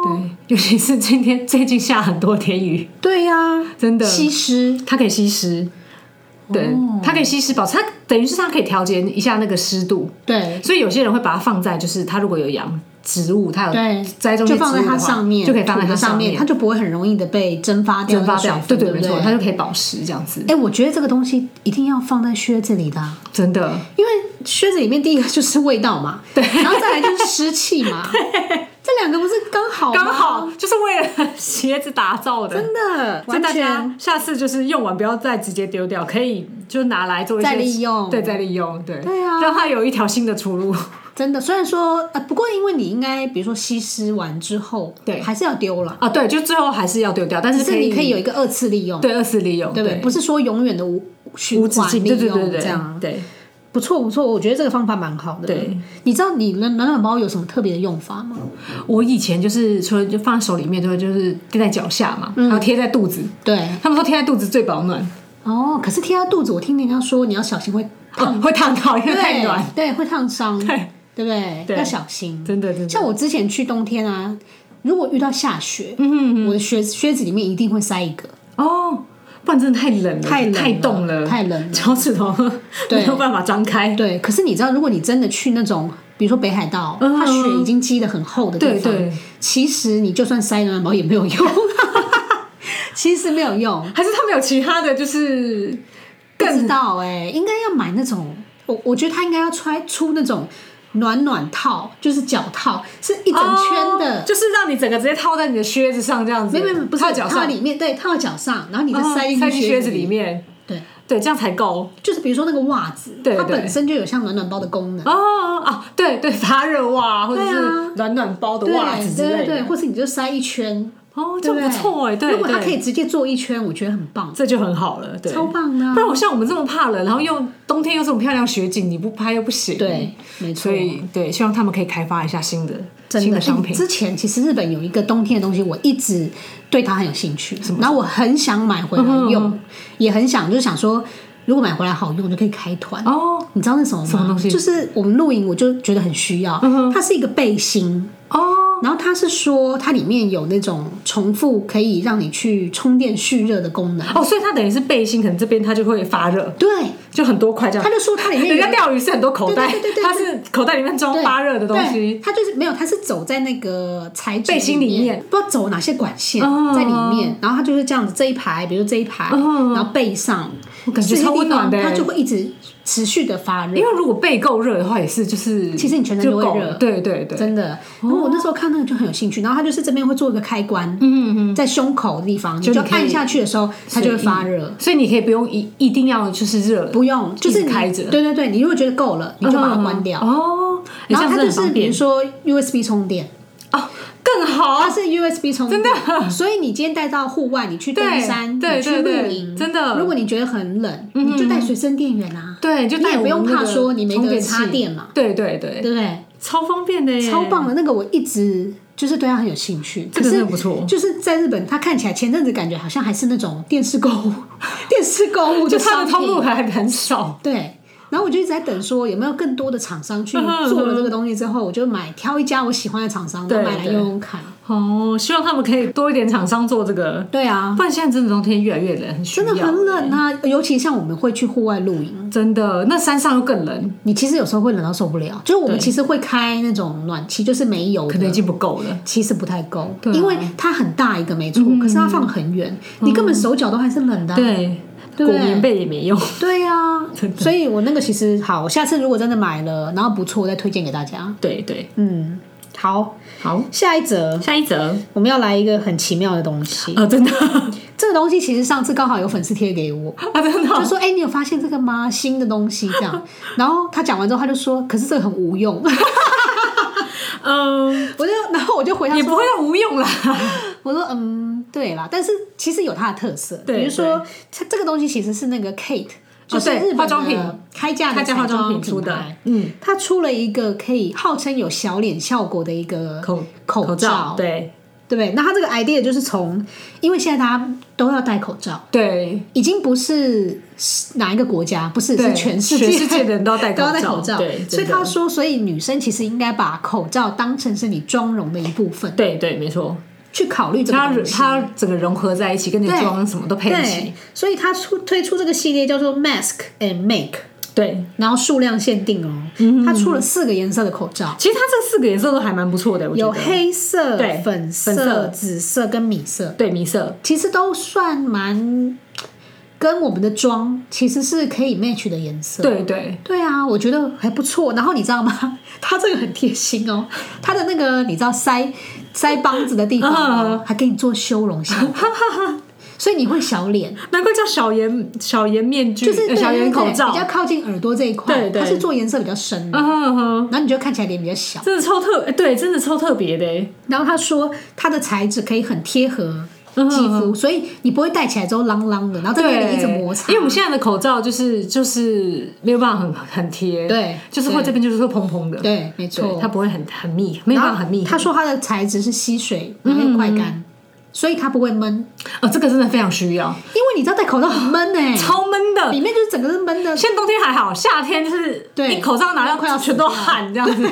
[SPEAKER 2] 对，尤其是今天最近下很多天雨，
[SPEAKER 1] 对呀、
[SPEAKER 2] 真的，
[SPEAKER 1] 吸湿，哦
[SPEAKER 2] 它可以吸湿，对，它可以吸湿保持，它等于是它可以调节一下那个湿度，
[SPEAKER 1] 对，
[SPEAKER 2] 所以有些人会把它放在就是它如果有养植物，它有
[SPEAKER 1] 对，
[SPEAKER 2] 栽种一些
[SPEAKER 1] 就
[SPEAKER 2] 植物
[SPEAKER 1] 放在
[SPEAKER 2] 的
[SPEAKER 1] 它
[SPEAKER 2] 话
[SPEAKER 1] 上面，
[SPEAKER 2] 就可以放在
[SPEAKER 1] 土
[SPEAKER 2] 它
[SPEAKER 1] 的上
[SPEAKER 2] 面，
[SPEAKER 1] 它就不会很容易的被蒸发掉
[SPEAKER 2] 蒸发
[SPEAKER 1] 那个
[SPEAKER 2] 掉
[SPEAKER 1] 水，
[SPEAKER 2] 对
[SPEAKER 1] 分，
[SPEAKER 2] 对，
[SPEAKER 1] 不
[SPEAKER 2] 没错，它就可以保湿这样子。
[SPEAKER 1] 哎、我觉得这个东西一定要放在靴子里的啊、
[SPEAKER 2] 真的，
[SPEAKER 1] 因为靴子里面第一个就是味道 嘛，对，然后再来就是湿气嘛，这两个不是刚好吗
[SPEAKER 2] 刚好就是为了鞋子打造的，
[SPEAKER 1] 真的
[SPEAKER 2] 所
[SPEAKER 1] 完
[SPEAKER 2] 以大
[SPEAKER 1] 全
[SPEAKER 2] 家下次就是用完不要再直接丢掉，可以就拿来做一些
[SPEAKER 1] 再利用
[SPEAKER 2] 对，再利用，对，
[SPEAKER 1] 对啊
[SPEAKER 2] 让它有一条新的出路。
[SPEAKER 1] 真的。虽然说呃，不过因为你应该比如说吸湿完之后，
[SPEAKER 2] 对
[SPEAKER 1] 还是要丢了，
[SPEAKER 2] 啊，对，就最后还是要丢掉，但
[SPEAKER 1] 只
[SPEAKER 2] 是
[SPEAKER 1] 是
[SPEAKER 2] 可以
[SPEAKER 1] 你可以有一个二次利用，
[SPEAKER 2] 对二次利用，
[SPEAKER 1] 对不对？不是说永远的无循
[SPEAKER 2] 无止
[SPEAKER 1] 环
[SPEAKER 2] 境，
[SPEAKER 1] 利
[SPEAKER 2] 对
[SPEAKER 1] 用
[SPEAKER 2] 对对对，
[SPEAKER 1] 这样。啊
[SPEAKER 2] 对。
[SPEAKER 1] 不错不错，我觉得这个方法蛮好的。
[SPEAKER 2] 对，嗯
[SPEAKER 1] 你知道你的暖暖包有什么特别的用法吗？
[SPEAKER 2] 我以前就是除了就放在手里面，对，就是贴在脚下嘛，
[SPEAKER 1] 嗯
[SPEAKER 2] 然后贴在肚子。
[SPEAKER 1] 对，
[SPEAKER 2] 他们说贴在肚子最保暖，
[SPEAKER 1] 哦，可是贴在肚子，我听人家说你要小心会
[SPEAKER 2] 哦， 会烫到，因为太暖。
[SPEAKER 1] 嗯对，对，会烫伤，
[SPEAKER 2] 对
[SPEAKER 1] 对不对？
[SPEAKER 2] 对
[SPEAKER 1] 要小心。
[SPEAKER 2] 真的，真的。
[SPEAKER 1] 像我之前去冬天啊，如果遇到下雪，
[SPEAKER 2] 嗯
[SPEAKER 1] 我的靴靴子里面一定会塞一个，
[SPEAKER 2] 哦，不然真的太冷了，
[SPEAKER 1] 太冷了
[SPEAKER 2] 太冻了，
[SPEAKER 1] 太冷了
[SPEAKER 2] 脚 趾头
[SPEAKER 1] 对
[SPEAKER 2] 没有办法张开。
[SPEAKER 1] 对。可是你知道，如果你真的去那种，比如说北海道，
[SPEAKER 2] 嗯
[SPEAKER 1] 它雪已经积得很厚的地
[SPEAKER 2] 对
[SPEAKER 1] 方，
[SPEAKER 2] 对，
[SPEAKER 1] 其实你就算塞暖宝也没有用， 其实没有用。
[SPEAKER 2] 还是他们有其他的就是
[SPEAKER 1] 不
[SPEAKER 2] 更
[SPEAKER 1] 知道哎、应该要买那种，我我觉得他应该要穿出那种暖暖套，就是脚套，是一整圈的
[SPEAKER 2] 哦。就是让你整个直接套在你的靴子上这样子，
[SPEAKER 1] 没有没有，不是
[SPEAKER 2] 套脚
[SPEAKER 1] 套
[SPEAKER 2] 上
[SPEAKER 1] 在，里面，对，套在脚上，然后你再
[SPEAKER 2] 哦
[SPEAKER 1] 塞进
[SPEAKER 2] 塞
[SPEAKER 1] 去
[SPEAKER 2] 进靴子里。面，
[SPEAKER 1] 对，
[SPEAKER 2] 对，这样才够。
[SPEAKER 1] 就是比如说那个袜子，
[SPEAKER 2] 对
[SPEAKER 1] 它
[SPEAKER 2] 对
[SPEAKER 1] 本身就有像暖暖包的功能，
[SPEAKER 2] 哦哦，哦对对，发热袜或者
[SPEAKER 1] 对
[SPEAKER 2] 是
[SPEAKER 1] 啊
[SPEAKER 2] 暖暖包的
[SPEAKER 1] 对
[SPEAKER 2] 袜子之
[SPEAKER 1] 对对
[SPEAKER 2] 类
[SPEAKER 1] 对，
[SPEAKER 2] 的，
[SPEAKER 1] 或是你就塞一圈，
[SPEAKER 2] 哦，
[SPEAKER 1] 对
[SPEAKER 2] 这
[SPEAKER 1] 不对
[SPEAKER 2] 不错哎，对，
[SPEAKER 1] 如果它
[SPEAKER 2] 对
[SPEAKER 1] 可以，直接做一圈，我觉得很棒，
[SPEAKER 2] 这就很好了，对，
[SPEAKER 1] 超棒的啊
[SPEAKER 2] 不然我像我们这么怕冷，然后又冬天又这么漂亮雪景，你不拍又不行。
[SPEAKER 1] 对，没错
[SPEAKER 2] 所。以对，希望他们可以开发一下新的
[SPEAKER 1] 真
[SPEAKER 2] 新
[SPEAKER 1] 的，
[SPEAKER 2] 的商
[SPEAKER 1] 哎
[SPEAKER 2] 品。
[SPEAKER 1] 之前其实日本有一个冬天的东西，我一直对它很有兴趣，然后我很想买回来
[SPEAKER 2] 嗯
[SPEAKER 1] 用，也很想就是想说，如果买回来好用，就可以开团。
[SPEAKER 2] 哦
[SPEAKER 1] 你知道那什么吗？
[SPEAKER 2] 什么东西嗯
[SPEAKER 1] 就是我们露营，我就觉得很需要。它是一个背心，
[SPEAKER 2] 哦，
[SPEAKER 1] 然后它是说它里面有那种重复可以让你去充电蓄热的功能。
[SPEAKER 2] 哦，所以它等于是背心，可能这边它就会发热，
[SPEAKER 1] 对，
[SPEAKER 2] 就很多块这样。
[SPEAKER 1] 他就说它里面有
[SPEAKER 2] 人家钓鱼是很多口袋，
[SPEAKER 1] 对对对对对
[SPEAKER 2] 它是口袋里面装
[SPEAKER 1] 对
[SPEAKER 2] 发热的东
[SPEAKER 1] 对
[SPEAKER 2] 西。
[SPEAKER 1] 它就是没有，它是走在那个材质
[SPEAKER 2] 背心里
[SPEAKER 1] 里
[SPEAKER 2] 面，
[SPEAKER 1] 不知道走哪些管线
[SPEAKER 2] 哦
[SPEAKER 1] 在里面，然后它就是这样子，这一排，比如这一排，
[SPEAKER 2] 哦
[SPEAKER 1] 然后背上，
[SPEAKER 2] 我感觉
[SPEAKER 1] 这些
[SPEAKER 2] 超温
[SPEAKER 1] 地方
[SPEAKER 2] 暖的哦
[SPEAKER 1] 它就会一直持续的发热
[SPEAKER 2] 因。为如果背够热的话，也是就是
[SPEAKER 1] 其实你全身
[SPEAKER 2] 就
[SPEAKER 1] 都会
[SPEAKER 2] 够
[SPEAKER 1] 热
[SPEAKER 2] 了对对对，
[SPEAKER 1] 真的，然后我那时候看那个就很有兴趣，然后它就是这边会做一个开关，嗯嗯，在胸口的地方，你
[SPEAKER 2] 就
[SPEAKER 1] 就
[SPEAKER 2] 你可以
[SPEAKER 1] 按下去的时候，它就会发热。
[SPEAKER 2] 所以你可以不用一一定要就是热，
[SPEAKER 1] 不用，就是你
[SPEAKER 2] 开着嗯
[SPEAKER 1] 对对对，你如果觉得够了，你就把它关掉。
[SPEAKER 2] 哦。
[SPEAKER 1] 然后它
[SPEAKER 2] 哎这
[SPEAKER 1] 就
[SPEAKER 2] 样
[SPEAKER 1] 是
[SPEAKER 2] 很方
[SPEAKER 1] 比
[SPEAKER 2] 便
[SPEAKER 1] 如说 USB 充电，
[SPEAKER 2] 哦，
[SPEAKER 1] 它
[SPEAKER 2] 更好，
[SPEAKER 1] 是 USB 充电，
[SPEAKER 2] 真的
[SPEAKER 1] 所以你今天带到户外，你去登
[SPEAKER 2] 对
[SPEAKER 1] 山，
[SPEAKER 2] 对
[SPEAKER 1] 你去
[SPEAKER 2] 对对
[SPEAKER 1] 露营，
[SPEAKER 2] 真的嗯
[SPEAKER 1] 如果你觉得很冷，你就带随身电源啊，
[SPEAKER 2] 对，就
[SPEAKER 1] 你
[SPEAKER 2] 带
[SPEAKER 1] 也
[SPEAKER 2] 我
[SPEAKER 1] 不用
[SPEAKER 2] 们那
[SPEAKER 1] 怕
[SPEAKER 2] 个
[SPEAKER 1] 说你没
[SPEAKER 2] 充
[SPEAKER 1] 得
[SPEAKER 2] 电
[SPEAKER 1] 插
[SPEAKER 2] 器
[SPEAKER 1] 电嘛，
[SPEAKER 2] 对对对，
[SPEAKER 1] 对不对？
[SPEAKER 2] 超方便的耶，
[SPEAKER 1] 超棒的那个，我一直就是对它很有兴趣。
[SPEAKER 2] 这个
[SPEAKER 1] 可是
[SPEAKER 2] 真的不错
[SPEAKER 1] 就是在日本，它看起来前阵子感觉好像还是那种电视购 物、电视购物
[SPEAKER 2] 就
[SPEAKER 1] 的
[SPEAKER 2] 它
[SPEAKER 1] 商
[SPEAKER 2] 的
[SPEAKER 1] 品，
[SPEAKER 2] 通路还很少，
[SPEAKER 1] 对。然后我就一直在等，说有没有更多的厂商
[SPEAKER 2] 嗯
[SPEAKER 1] 去做了这个东西之后，我就买挑一家我喜欢的厂商，
[SPEAKER 2] 对
[SPEAKER 1] 我买来
[SPEAKER 2] 对
[SPEAKER 1] 用用看。
[SPEAKER 2] 哦，希望他们可以多一点厂商做这个，
[SPEAKER 1] 对啊，
[SPEAKER 2] 不然现在真的冬天越来越冷，很需
[SPEAKER 1] 真
[SPEAKER 2] 要
[SPEAKER 1] 的很冷啊，尤其像我们会去户外露营，
[SPEAKER 2] 真的，那山上又更冷，
[SPEAKER 1] 你其实有时候会冷到受不了。就是我们
[SPEAKER 2] 对
[SPEAKER 1] 其实会开那种暖气，就是没油的，
[SPEAKER 2] 可能已经不够了。
[SPEAKER 1] 其实不太够，
[SPEAKER 2] 对啊嗯
[SPEAKER 1] 因为它很大一个没错，可是它放很远，你根本手脚都还是冷的啊、
[SPEAKER 2] 对，
[SPEAKER 1] 对
[SPEAKER 2] 裹棉被也没用。
[SPEAKER 1] 对呀、所以我那个其实好，我下次如果真的买了，然后不错，我再推荐给大家。
[SPEAKER 2] 对对，
[SPEAKER 1] 嗯，好，
[SPEAKER 2] 好，
[SPEAKER 1] 下一则
[SPEAKER 2] 下一则，
[SPEAKER 1] 我们要来一个很奇妙的东西。
[SPEAKER 2] 呃， 真的，
[SPEAKER 1] 这个东西其实上次刚好有粉丝贴给 我，
[SPEAKER 2] 啊，真的
[SPEAKER 1] 就说：“哎、你有发现这个吗？新的东西这样。”然后他讲完之后，他就说：“可是这个很无用。
[SPEAKER 2] 哦，嗯，”
[SPEAKER 1] 我就，然后我就回他
[SPEAKER 2] 也
[SPEAKER 1] 说
[SPEAKER 2] 不会到无用啦。
[SPEAKER 1] 我说嗯，对啦，但是其实有它的特色，
[SPEAKER 2] 对哦
[SPEAKER 1] 比如说它这个东西其实是那个 Kate，就是
[SPEAKER 2] 对
[SPEAKER 1] 日本的
[SPEAKER 2] 化妆品
[SPEAKER 1] 开价的
[SPEAKER 2] 开价化
[SPEAKER 1] 彩
[SPEAKER 2] 妆品
[SPEAKER 1] 品
[SPEAKER 2] 出的
[SPEAKER 1] 牌
[SPEAKER 2] 嗯，
[SPEAKER 1] 它出了一个可以号称有小脸效果的一个
[SPEAKER 2] 口
[SPEAKER 1] 口罩，
[SPEAKER 2] 罩，对
[SPEAKER 1] 对不对？那它这个 idea 就是从，因为现在大家都要戴口罩。
[SPEAKER 2] 对，
[SPEAKER 1] 已经不是哪一个国家，不是
[SPEAKER 2] 对
[SPEAKER 1] 是全世界，
[SPEAKER 2] 全世界 的人都要戴口罩
[SPEAKER 1] 口罩。
[SPEAKER 2] 对真的
[SPEAKER 1] 所以他说，所以女生其实应该把口罩当成是你妆容的一部分，
[SPEAKER 2] 对对，没错，
[SPEAKER 1] 去考虑这个
[SPEAKER 2] 它
[SPEAKER 1] 东西。
[SPEAKER 2] 它整个融合在一起，跟你的
[SPEAKER 1] 对
[SPEAKER 2] 妆什么都配一起
[SPEAKER 1] 对，，所以他出推出这个系列叫做 Mask and Make，
[SPEAKER 2] 对。
[SPEAKER 1] 然后数量限定哦，
[SPEAKER 2] 嗯
[SPEAKER 1] 它出了四个颜色的口罩，
[SPEAKER 2] 其实它这四个颜色都还蛮不错的，我觉
[SPEAKER 1] 有
[SPEAKER 2] 得
[SPEAKER 1] 黑色、
[SPEAKER 2] 对
[SPEAKER 1] 粉色、
[SPEAKER 2] 粉色
[SPEAKER 1] 紫色跟米色，
[SPEAKER 2] 对米色，
[SPEAKER 1] 其实都算蛮跟我们的妆其实是可以 match 的颜色。
[SPEAKER 2] 对对，
[SPEAKER 1] 对啊，我觉得还不错。然后你知道吗？ 它这个很贴心哦，它的那个你知道腮腮帮子的地方
[SPEAKER 2] 嗯
[SPEAKER 1] 哦，还给你做修容效 果，所以你会小脸。
[SPEAKER 2] 难怪叫小圆小圆面具，
[SPEAKER 1] 就是
[SPEAKER 2] 呃
[SPEAKER 1] 对
[SPEAKER 2] 小圆
[SPEAKER 1] 对对
[SPEAKER 2] 口罩
[SPEAKER 1] 比，较靠近耳朵这一块，
[SPEAKER 2] 对对
[SPEAKER 1] 它是做颜色比较深的，
[SPEAKER 2] 嗯哼哼，
[SPEAKER 1] 然后你就看起来脸比较小。
[SPEAKER 2] 真的超特，哎对，真的超特别的哎，
[SPEAKER 1] 然后他说它的材质可以很贴合
[SPEAKER 2] 嗯
[SPEAKER 1] 肌肤，所以你不会戴起来之后啷啷的，然后在那里一直摩擦。
[SPEAKER 2] 因为我们现在的口罩就是就是没有办法很很贴，
[SPEAKER 1] 对
[SPEAKER 2] 就是会这边就是会蓬蓬的，
[SPEAKER 1] 对，没
[SPEAKER 2] 对，
[SPEAKER 1] 错，
[SPEAKER 2] 它不会很很密，没有办法很密。
[SPEAKER 1] 他说它的材质是吸水，然后又快干，嗯所以它不会闷。
[SPEAKER 2] 哦，这个真的非常需要，
[SPEAKER 1] 因为你知道戴口罩很闷哎、
[SPEAKER 2] 超闷的
[SPEAKER 1] 里。面就是整个是闷的。
[SPEAKER 2] 现在冬天还好，夏天就是
[SPEAKER 1] 对
[SPEAKER 2] 你口罩拿掉
[SPEAKER 1] 快要死
[SPEAKER 2] 全都
[SPEAKER 1] 掉
[SPEAKER 2] 汗这样 子，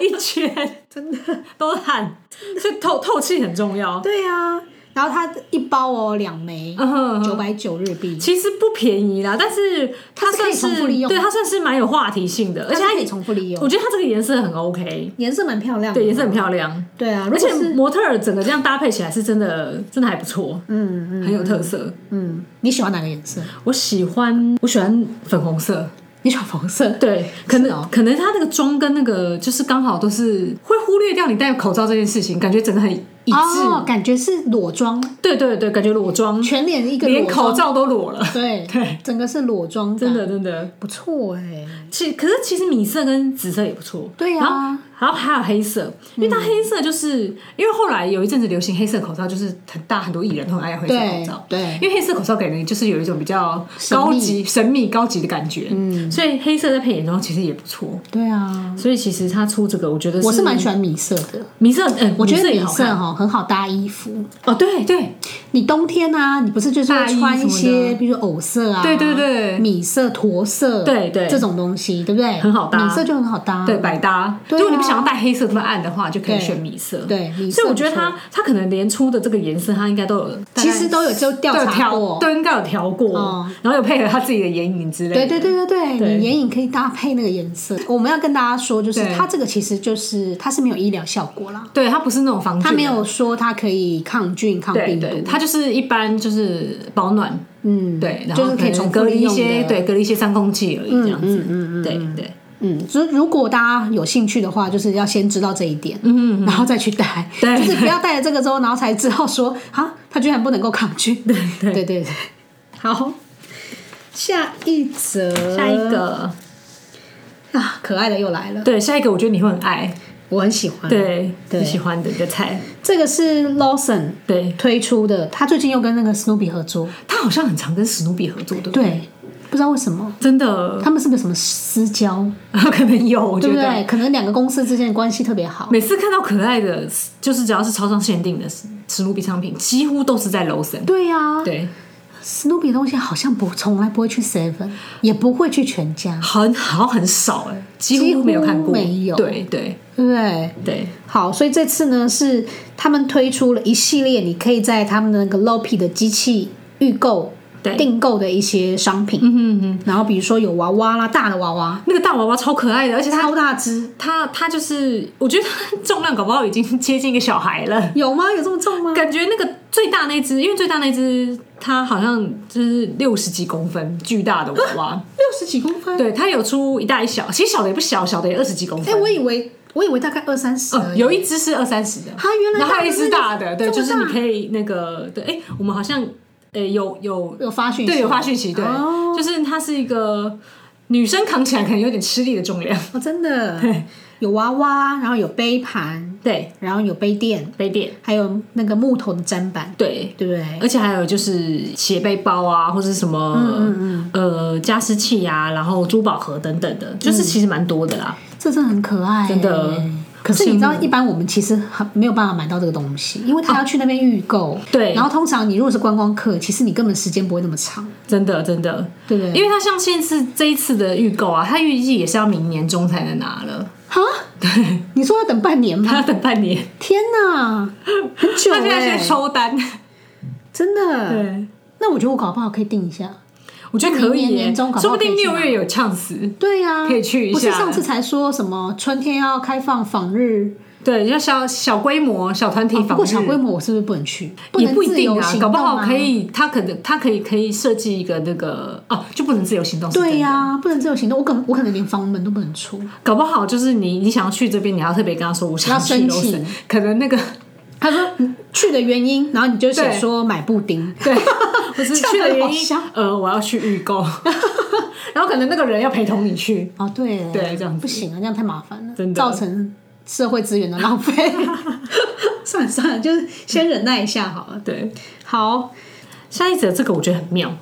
[SPEAKER 2] 一圈
[SPEAKER 1] 真的，
[SPEAKER 2] 都汗，所以 透透气很重要。
[SPEAKER 1] 对啊。然后它一包哦，两枚
[SPEAKER 2] 嗯哼
[SPEAKER 1] 九百九日币，
[SPEAKER 2] 其实不便宜啦，但是它
[SPEAKER 1] 它是可
[SPEAKER 2] 算
[SPEAKER 1] 以
[SPEAKER 2] 是
[SPEAKER 1] 重复利用
[SPEAKER 2] 对它算是蛮有话题性的，而且
[SPEAKER 1] 它
[SPEAKER 2] 它
[SPEAKER 1] 是可以重复利
[SPEAKER 2] 我
[SPEAKER 1] 用，
[SPEAKER 2] 觉得它这个颜色很 OK，
[SPEAKER 1] 颜色蛮漂亮的，
[SPEAKER 2] 对，颜色很漂亮，
[SPEAKER 1] 对啊，如
[SPEAKER 2] 而
[SPEAKER 1] 果
[SPEAKER 2] 且
[SPEAKER 1] 是
[SPEAKER 2] 模特儿整个这样搭配起来是真的，真的还不错，
[SPEAKER 1] 嗯
[SPEAKER 2] 很有特色。
[SPEAKER 1] 嗯，你喜欢哪个颜色？
[SPEAKER 2] 我喜欢，我喜欢粉红色，
[SPEAKER 1] 你喜欢红色？
[SPEAKER 2] 对，可能、
[SPEAKER 1] 是哦
[SPEAKER 2] 可能它那个妆跟那个就是刚好都是会忽略掉你戴口罩这件事情，感觉整个很一致，
[SPEAKER 1] 哦，感觉是裸妆，
[SPEAKER 2] 对对对，感觉裸妆，
[SPEAKER 1] 全脸一个
[SPEAKER 2] 连
[SPEAKER 1] 裸妆
[SPEAKER 2] 口，罩都裸了，
[SPEAKER 1] 对
[SPEAKER 2] 对，
[SPEAKER 1] 整个是裸妆感，
[SPEAKER 2] 真的真的。
[SPEAKER 1] 不错哎、
[SPEAKER 2] 其可是其实米色跟紫色也不错，
[SPEAKER 1] 对呀
[SPEAKER 2] 然后然后还有黑色，因为它黑色就是、因为后来有一阵子流行黑色口罩，就是很大很多艺人都很爱用黑色口罩，
[SPEAKER 1] 对对
[SPEAKER 2] 因为黑色口罩给人就是有一种比较高级、神秘、高级的感觉，嗯，所以黑色在配眼妆其实也不错，
[SPEAKER 1] 对啊，
[SPEAKER 2] 所以其实它出这个，我觉得
[SPEAKER 1] 我是蛮喜欢米色的，
[SPEAKER 2] 米色，嗯，
[SPEAKER 1] 我觉得
[SPEAKER 2] 米也
[SPEAKER 1] 米
[SPEAKER 2] 好
[SPEAKER 1] 色
[SPEAKER 2] 看
[SPEAKER 1] 哈很好搭衣服，
[SPEAKER 2] 哦，对对
[SPEAKER 1] 你冬天啊，你不是就是
[SPEAKER 2] 大衣
[SPEAKER 1] 会穿一
[SPEAKER 2] 什么
[SPEAKER 1] 些，
[SPEAKER 2] 的
[SPEAKER 1] 比如藕色啊，
[SPEAKER 2] 对对对
[SPEAKER 1] 米色、驼色，
[SPEAKER 2] 对对
[SPEAKER 1] 这种东西，对不对？
[SPEAKER 2] 很好搭
[SPEAKER 1] 米色就很好搭，
[SPEAKER 2] 对，百搭。
[SPEAKER 1] 对啊
[SPEAKER 2] 如果你不想要带黑色这么暗的话，就可
[SPEAKER 1] 对
[SPEAKER 2] 以选米色，
[SPEAKER 1] 对米色
[SPEAKER 2] 所以我觉得
[SPEAKER 1] 不错
[SPEAKER 2] 它它可能连出的这个颜色，它应该都有，
[SPEAKER 1] 其实都有就调
[SPEAKER 2] 都有
[SPEAKER 1] 查
[SPEAKER 2] 调，
[SPEAKER 1] 过，
[SPEAKER 2] 都应该有调过，
[SPEAKER 1] 嗯
[SPEAKER 2] 然后有配合他自己的眼影之类的。
[SPEAKER 1] 对对对对对
[SPEAKER 2] 对
[SPEAKER 1] 你眼影可以搭配那个颜色。 我们要跟大家说，就是
[SPEAKER 2] 对
[SPEAKER 1] 它这个其实就是它是没有医疗效果啦，
[SPEAKER 2] 对，它不是那种防菌的，
[SPEAKER 1] 它没有说它可以抗菌、抗
[SPEAKER 2] 对
[SPEAKER 1] 病
[SPEAKER 2] 对，
[SPEAKER 1] 毒，
[SPEAKER 2] 它就是一般就是保暖，
[SPEAKER 1] 嗯，
[SPEAKER 2] 对，然
[SPEAKER 1] 就
[SPEAKER 2] 后
[SPEAKER 1] 是可以重复
[SPEAKER 2] 隔离
[SPEAKER 1] 利
[SPEAKER 2] 一
[SPEAKER 1] 用
[SPEAKER 2] 些，
[SPEAKER 1] 的
[SPEAKER 2] 对，隔离一些伤空气而已，这样子，嗯嗯，对对。
[SPEAKER 1] 嗯，就是如果大家有兴趣的话，就是要先知道这一点，嗯，然后再去戴，
[SPEAKER 2] 对
[SPEAKER 1] 就是不要戴了这个之后，然后才知道说啊，它居然不能够抗拒，对 对
[SPEAKER 2] 对
[SPEAKER 1] 对好，下一则，
[SPEAKER 2] 下一个，
[SPEAKER 1] 啊，可爱的又来了，
[SPEAKER 2] 对，下一个，我觉得你会很爱，
[SPEAKER 1] 我很喜欢，，
[SPEAKER 2] 对，
[SPEAKER 1] 嗯对
[SPEAKER 2] 你喜欢的一个菜，
[SPEAKER 1] 这个是 Lawson
[SPEAKER 2] 对，
[SPEAKER 1] 推出的，他最近又跟那个 Snoopy 合作，
[SPEAKER 2] 他好像很常跟史努比合作，对不对？
[SPEAKER 1] 对，不知道为什么，
[SPEAKER 2] 真的，
[SPEAKER 1] 他们是不是有什么私交，
[SPEAKER 2] 可能有，我觉
[SPEAKER 1] 对不
[SPEAKER 2] 得。
[SPEAKER 1] 对？可能两个公司之间的关系特别好。
[SPEAKER 2] 每次看到可爱的，就是只要是超商限定的史努比商品，几乎都是在 l o s o n
[SPEAKER 1] 对呀、
[SPEAKER 2] 对，
[SPEAKER 1] 史努比的东西好像不从来不会去 Seven，也不会去全家，
[SPEAKER 2] 很好很少哎、几
[SPEAKER 1] 几
[SPEAKER 2] 乎
[SPEAKER 1] 乎
[SPEAKER 2] 没有看过，
[SPEAKER 1] 没有
[SPEAKER 2] 对对
[SPEAKER 1] 对不对？
[SPEAKER 2] 对，
[SPEAKER 1] 好，所以这次呢是他们推出了一系列，你可以在他们的那个 Lopi 的机器预购
[SPEAKER 2] 对、
[SPEAKER 1] 订购的一些商品，
[SPEAKER 2] 嗯嗯嗯，
[SPEAKER 1] 然后比如说有娃娃啦，大的娃娃，
[SPEAKER 2] 那个大娃娃超可爱的，而且它
[SPEAKER 1] 超大只，
[SPEAKER 2] 它它就是，我觉得它重量搞不好已经接近一个小孩了。
[SPEAKER 1] 有吗？有这么重吗？
[SPEAKER 2] 感觉那个最大那只，因为最大那只它好像就是六十几公分，巨大的娃 娃。
[SPEAKER 1] 六十几公分？
[SPEAKER 2] 对，它有出一大一小，其实小的也不小，小的也二十几公
[SPEAKER 1] 哎、
[SPEAKER 2] 分。
[SPEAKER 1] 我以为我以为大概二三十
[SPEAKER 2] 哦，
[SPEAKER 1] 而已。
[SPEAKER 2] 有一只是二三十的，
[SPEAKER 1] 它原来
[SPEAKER 2] 然后还有一
[SPEAKER 1] 大的
[SPEAKER 2] 只
[SPEAKER 1] 那个
[SPEAKER 2] 大的，对，
[SPEAKER 1] 这么
[SPEAKER 2] 就是你
[SPEAKER 1] 大
[SPEAKER 2] 可以那个对，哎，我们好像呃有有
[SPEAKER 1] 有发讯息
[SPEAKER 2] 对有发讯息，对
[SPEAKER 1] 哦，
[SPEAKER 2] 就是它是一个女生扛起来可能有点吃力的重 量，
[SPEAKER 1] 哦，真的有娃娃，然后有杯盘，
[SPEAKER 2] 对，
[SPEAKER 1] 然后有杯垫，
[SPEAKER 2] 杯垫，
[SPEAKER 1] 还有那个木头的砧板，
[SPEAKER 2] 对。
[SPEAKER 1] 对不对？
[SPEAKER 2] 而且还有就是斜背包啊，或者什么、
[SPEAKER 1] 嗯
[SPEAKER 2] 呃加湿器啊，然后珠宝盒等等的，就是其实蛮多的啦。
[SPEAKER 1] 这真的很可爱、
[SPEAKER 2] 真的。
[SPEAKER 1] 嗯可是你知道
[SPEAKER 2] 羡，慕
[SPEAKER 1] 一般我们其实很没有办法买到这个东西，因为他要去那边预购、
[SPEAKER 2] 对
[SPEAKER 1] 然后通常你如果是观光客，其实你根本时间不会那么长，
[SPEAKER 2] 真的真的，
[SPEAKER 1] 对不对？
[SPEAKER 2] 因为它像现次这一次的预购啊，它预计也是要明年中才能拿了，
[SPEAKER 1] 哈，你说要等半年
[SPEAKER 2] 它
[SPEAKER 1] 吗？
[SPEAKER 2] 要等半 年。
[SPEAKER 1] 天哪，很久
[SPEAKER 2] 他现在
[SPEAKER 1] 哎、
[SPEAKER 2] 先收单，
[SPEAKER 1] 真的。
[SPEAKER 2] 对，
[SPEAKER 1] 那我觉得我搞不好可以定一下。
[SPEAKER 2] 我觉得可以耶，
[SPEAKER 1] 明年年中搞不好
[SPEAKER 2] 说不定
[SPEAKER 1] 可以去
[SPEAKER 2] 六
[SPEAKER 1] 拿
[SPEAKER 2] 月有呛死。
[SPEAKER 1] 对呀、
[SPEAKER 2] 可以去一
[SPEAKER 1] 不是
[SPEAKER 2] 下
[SPEAKER 1] 上次才说什么春天要开放访日，
[SPEAKER 2] 对，要小小规模、小团体
[SPEAKER 1] 啊不
[SPEAKER 2] 访
[SPEAKER 1] 过
[SPEAKER 2] 日，
[SPEAKER 1] 小规模我是不是不能去？
[SPEAKER 2] 也
[SPEAKER 1] 能
[SPEAKER 2] 不一
[SPEAKER 1] 自
[SPEAKER 2] 定
[SPEAKER 1] 由
[SPEAKER 2] 啊
[SPEAKER 1] 行，
[SPEAKER 2] 搞
[SPEAKER 1] 动
[SPEAKER 2] 不好
[SPEAKER 1] 啊
[SPEAKER 2] 可。以，他可能他可以可以设计一个那个哦、就不能自由行动。是真
[SPEAKER 1] 对
[SPEAKER 2] 的
[SPEAKER 1] 呀、不能自由行动，我可能我可能连房门都不能出，
[SPEAKER 2] 搞不好就是你你想要去这边，你要特别跟他说我想
[SPEAKER 1] 要
[SPEAKER 2] 去
[SPEAKER 1] 申
[SPEAKER 2] Lawson
[SPEAKER 1] 请
[SPEAKER 2] 可能那个
[SPEAKER 1] 他说嗯去的原因，然后你就写
[SPEAKER 2] 对
[SPEAKER 1] 说买布丁，
[SPEAKER 2] 对，我是去的原
[SPEAKER 1] 好
[SPEAKER 2] 因
[SPEAKER 1] 像，
[SPEAKER 2] 呃，我要去预购， 然后可能那个人要陪同你去，
[SPEAKER 1] 哦，对耶，
[SPEAKER 2] 对这样子
[SPEAKER 1] 不行啊，这样太麻烦了，
[SPEAKER 2] 真的
[SPEAKER 1] 造成社会资源的 浪费。算了算了，就是先忍耐一下好了。
[SPEAKER 2] 对。
[SPEAKER 1] 好，
[SPEAKER 2] 下一则这个我觉得很妙，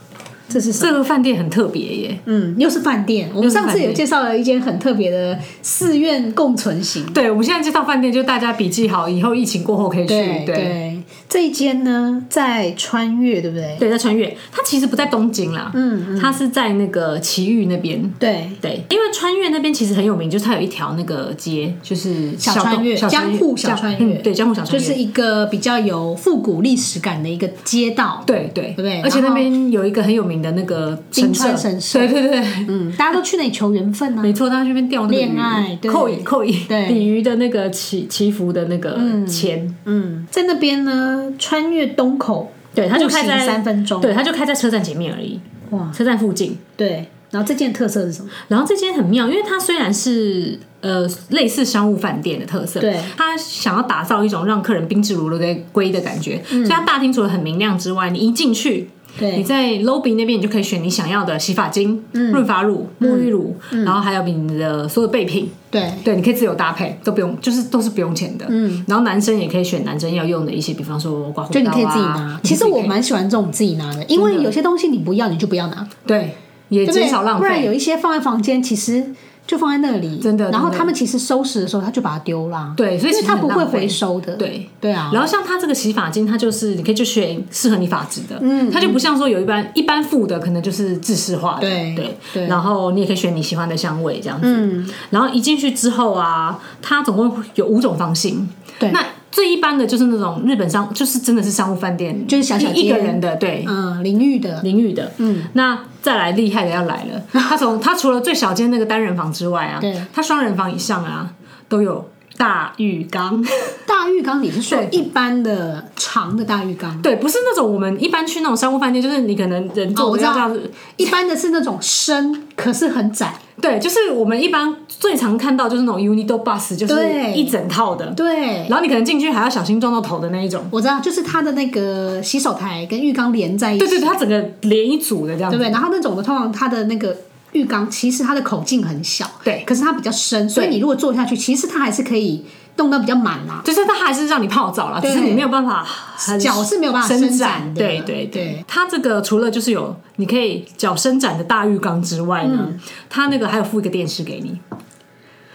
[SPEAKER 1] 这是
[SPEAKER 2] 这个饭店很特别耶，
[SPEAKER 1] 嗯，又是饭店。我们
[SPEAKER 2] 是
[SPEAKER 1] 上
[SPEAKER 2] 饭
[SPEAKER 1] 次
[SPEAKER 2] 店
[SPEAKER 1] 有介绍了一间很特别的寺院共存型。
[SPEAKER 2] 对，我们现在这套饭店就大家笔记好，以后疫情过后可以去。
[SPEAKER 1] 对
[SPEAKER 2] 对，
[SPEAKER 1] 对，这一间呢在穿越，对不对？
[SPEAKER 2] 对在穿越，它其实不在东京啦，
[SPEAKER 1] 嗯，
[SPEAKER 2] 它是在那个埼玉那边。
[SPEAKER 1] 对，
[SPEAKER 2] 对，因为穿越那边其实很有名，就是它有一条那个街，就是
[SPEAKER 1] 小
[SPEAKER 2] 洞
[SPEAKER 1] 穿越
[SPEAKER 2] 小
[SPEAKER 1] 江户小穿越
[SPEAKER 2] 嗯对，江户小穿
[SPEAKER 1] 就
[SPEAKER 2] 越，
[SPEAKER 1] 是一个比较有复古历史感的一个街道。，
[SPEAKER 2] 对对
[SPEAKER 1] 对然后
[SPEAKER 2] 而且那边有一个很有名的那个
[SPEAKER 1] 金
[SPEAKER 2] 神
[SPEAKER 1] 川
[SPEAKER 2] 社，
[SPEAKER 1] 神社
[SPEAKER 2] 对对对，
[SPEAKER 1] 嗯，大家都去那里求缘分啊。
[SPEAKER 2] 没错，他去那边钓那个
[SPEAKER 1] 恋爱
[SPEAKER 2] 鱼
[SPEAKER 1] 对
[SPEAKER 2] 扣以扣以
[SPEAKER 1] 对
[SPEAKER 2] 鲤鱼的那个祈祈福的那个钱，
[SPEAKER 1] 嗯，在那边呢，穿越东口，
[SPEAKER 2] 对，他就
[SPEAKER 1] 步
[SPEAKER 2] 开
[SPEAKER 1] 行
[SPEAKER 2] 在
[SPEAKER 1] 三分钟。
[SPEAKER 2] 对，他就开在车站前面而已，
[SPEAKER 1] 哇，
[SPEAKER 2] 车站附近。
[SPEAKER 1] 对。然后这件特色是什么？
[SPEAKER 2] 然后这间很妙，因为它虽然是呃类似商务饭店的特色，
[SPEAKER 1] 对，
[SPEAKER 2] 它想要打造一种让客人宾至如归的感觉，所以它大厅除了很明亮之外，你一进去。
[SPEAKER 1] 嗯对嗯
[SPEAKER 2] 你在 lobby 那边，你就可以选你想要的洗发精、润发乳、沐浴乳，然后还有你的所有备品，
[SPEAKER 1] 对，
[SPEAKER 2] 对，你可以自由搭配，都不用，就是都是不用钱的。嗯，然后男生也可以选男生要用的一些，比方说刮胡刀
[SPEAKER 1] 就
[SPEAKER 2] 啊，
[SPEAKER 1] 你可以自己拿。
[SPEAKER 2] 你
[SPEAKER 1] 其实
[SPEAKER 2] 可以
[SPEAKER 1] 我蛮喜欢这种自己拿的，因为有些东西你不要，你就不要拿，
[SPEAKER 2] 对，也
[SPEAKER 1] 对不对
[SPEAKER 2] 减少浪
[SPEAKER 1] 不然
[SPEAKER 2] 费。
[SPEAKER 1] 有一些放在房间，其实就放在那里，
[SPEAKER 2] 真的
[SPEAKER 1] 然后
[SPEAKER 2] 真的
[SPEAKER 1] 他们其实收拾的时候，他就把它丢啦。
[SPEAKER 2] 对所以
[SPEAKER 1] 因为
[SPEAKER 2] 其实
[SPEAKER 1] 他
[SPEAKER 2] 很
[SPEAKER 1] 不会
[SPEAKER 2] 浪费
[SPEAKER 1] 回收的。
[SPEAKER 2] 对
[SPEAKER 1] 对啊，
[SPEAKER 2] 然后像它这个洗发精，它就是你可以就选适合你发质的，嗯，它就不像说有一般一般附的可能就是制式化的，
[SPEAKER 1] 对
[SPEAKER 2] 对
[SPEAKER 1] 对
[SPEAKER 2] 然后你也可以选你喜欢的香味这样子，
[SPEAKER 1] 嗯，
[SPEAKER 2] 然后一进去之后啊，它总共有五种房型，
[SPEAKER 1] 对
[SPEAKER 2] 那最一般的就是那种日本商，就是真的是商务饭店，
[SPEAKER 1] 就是小小
[SPEAKER 2] 一一个
[SPEAKER 1] 间
[SPEAKER 2] 人的，对，
[SPEAKER 1] 嗯，淋浴的
[SPEAKER 2] 淋浴的，嗯，那再来厉害的要来了，他从他除了最小间那个单人房之外啊，
[SPEAKER 1] 对
[SPEAKER 2] 他双人房以上啊都有大浴缸，
[SPEAKER 1] 大浴缸，你是说
[SPEAKER 2] 对
[SPEAKER 1] 一般的长的大浴缸？
[SPEAKER 2] 对，不是那种我们一般去那种商务饭店，就是你可能人
[SPEAKER 1] 哦我
[SPEAKER 2] 坐
[SPEAKER 1] 知
[SPEAKER 2] 着
[SPEAKER 1] 道
[SPEAKER 2] 要这样子，
[SPEAKER 1] 一般的是那种深，可是很窄。
[SPEAKER 2] 对，就是我们一般最常看到就是那种 Unido Bus，就是
[SPEAKER 1] 对
[SPEAKER 2] 一整套的，
[SPEAKER 1] 对，
[SPEAKER 2] 然后你可能进去还要小心撞到头的那一种，
[SPEAKER 1] 我知道，就是它的那个洗手台跟浴缸连在一起，
[SPEAKER 2] 对对对，它整个连一组的这样
[SPEAKER 1] 对
[SPEAKER 2] 子，
[SPEAKER 1] 不对？然后那种的，通常它的那个浴缸，其实它的口径很小，
[SPEAKER 2] 对
[SPEAKER 1] 可是它比较深，所以你如果坐下去，其实它还是可以弄得比较满啦、
[SPEAKER 2] 就是它还是让你泡澡了，只是
[SPEAKER 1] 对
[SPEAKER 2] 你没有办法很
[SPEAKER 1] 脚是没有办法
[SPEAKER 2] 伸
[SPEAKER 1] 伸展的
[SPEAKER 2] 对对对
[SPEAKER 1] 对，
[SPEAKER 2] 它这个除了就是有你可以脚伸展的大浴缸之外呢，
[SPEAKER 1] 嗯
[SPEAKER 2] 它那个还有附一个电视给你，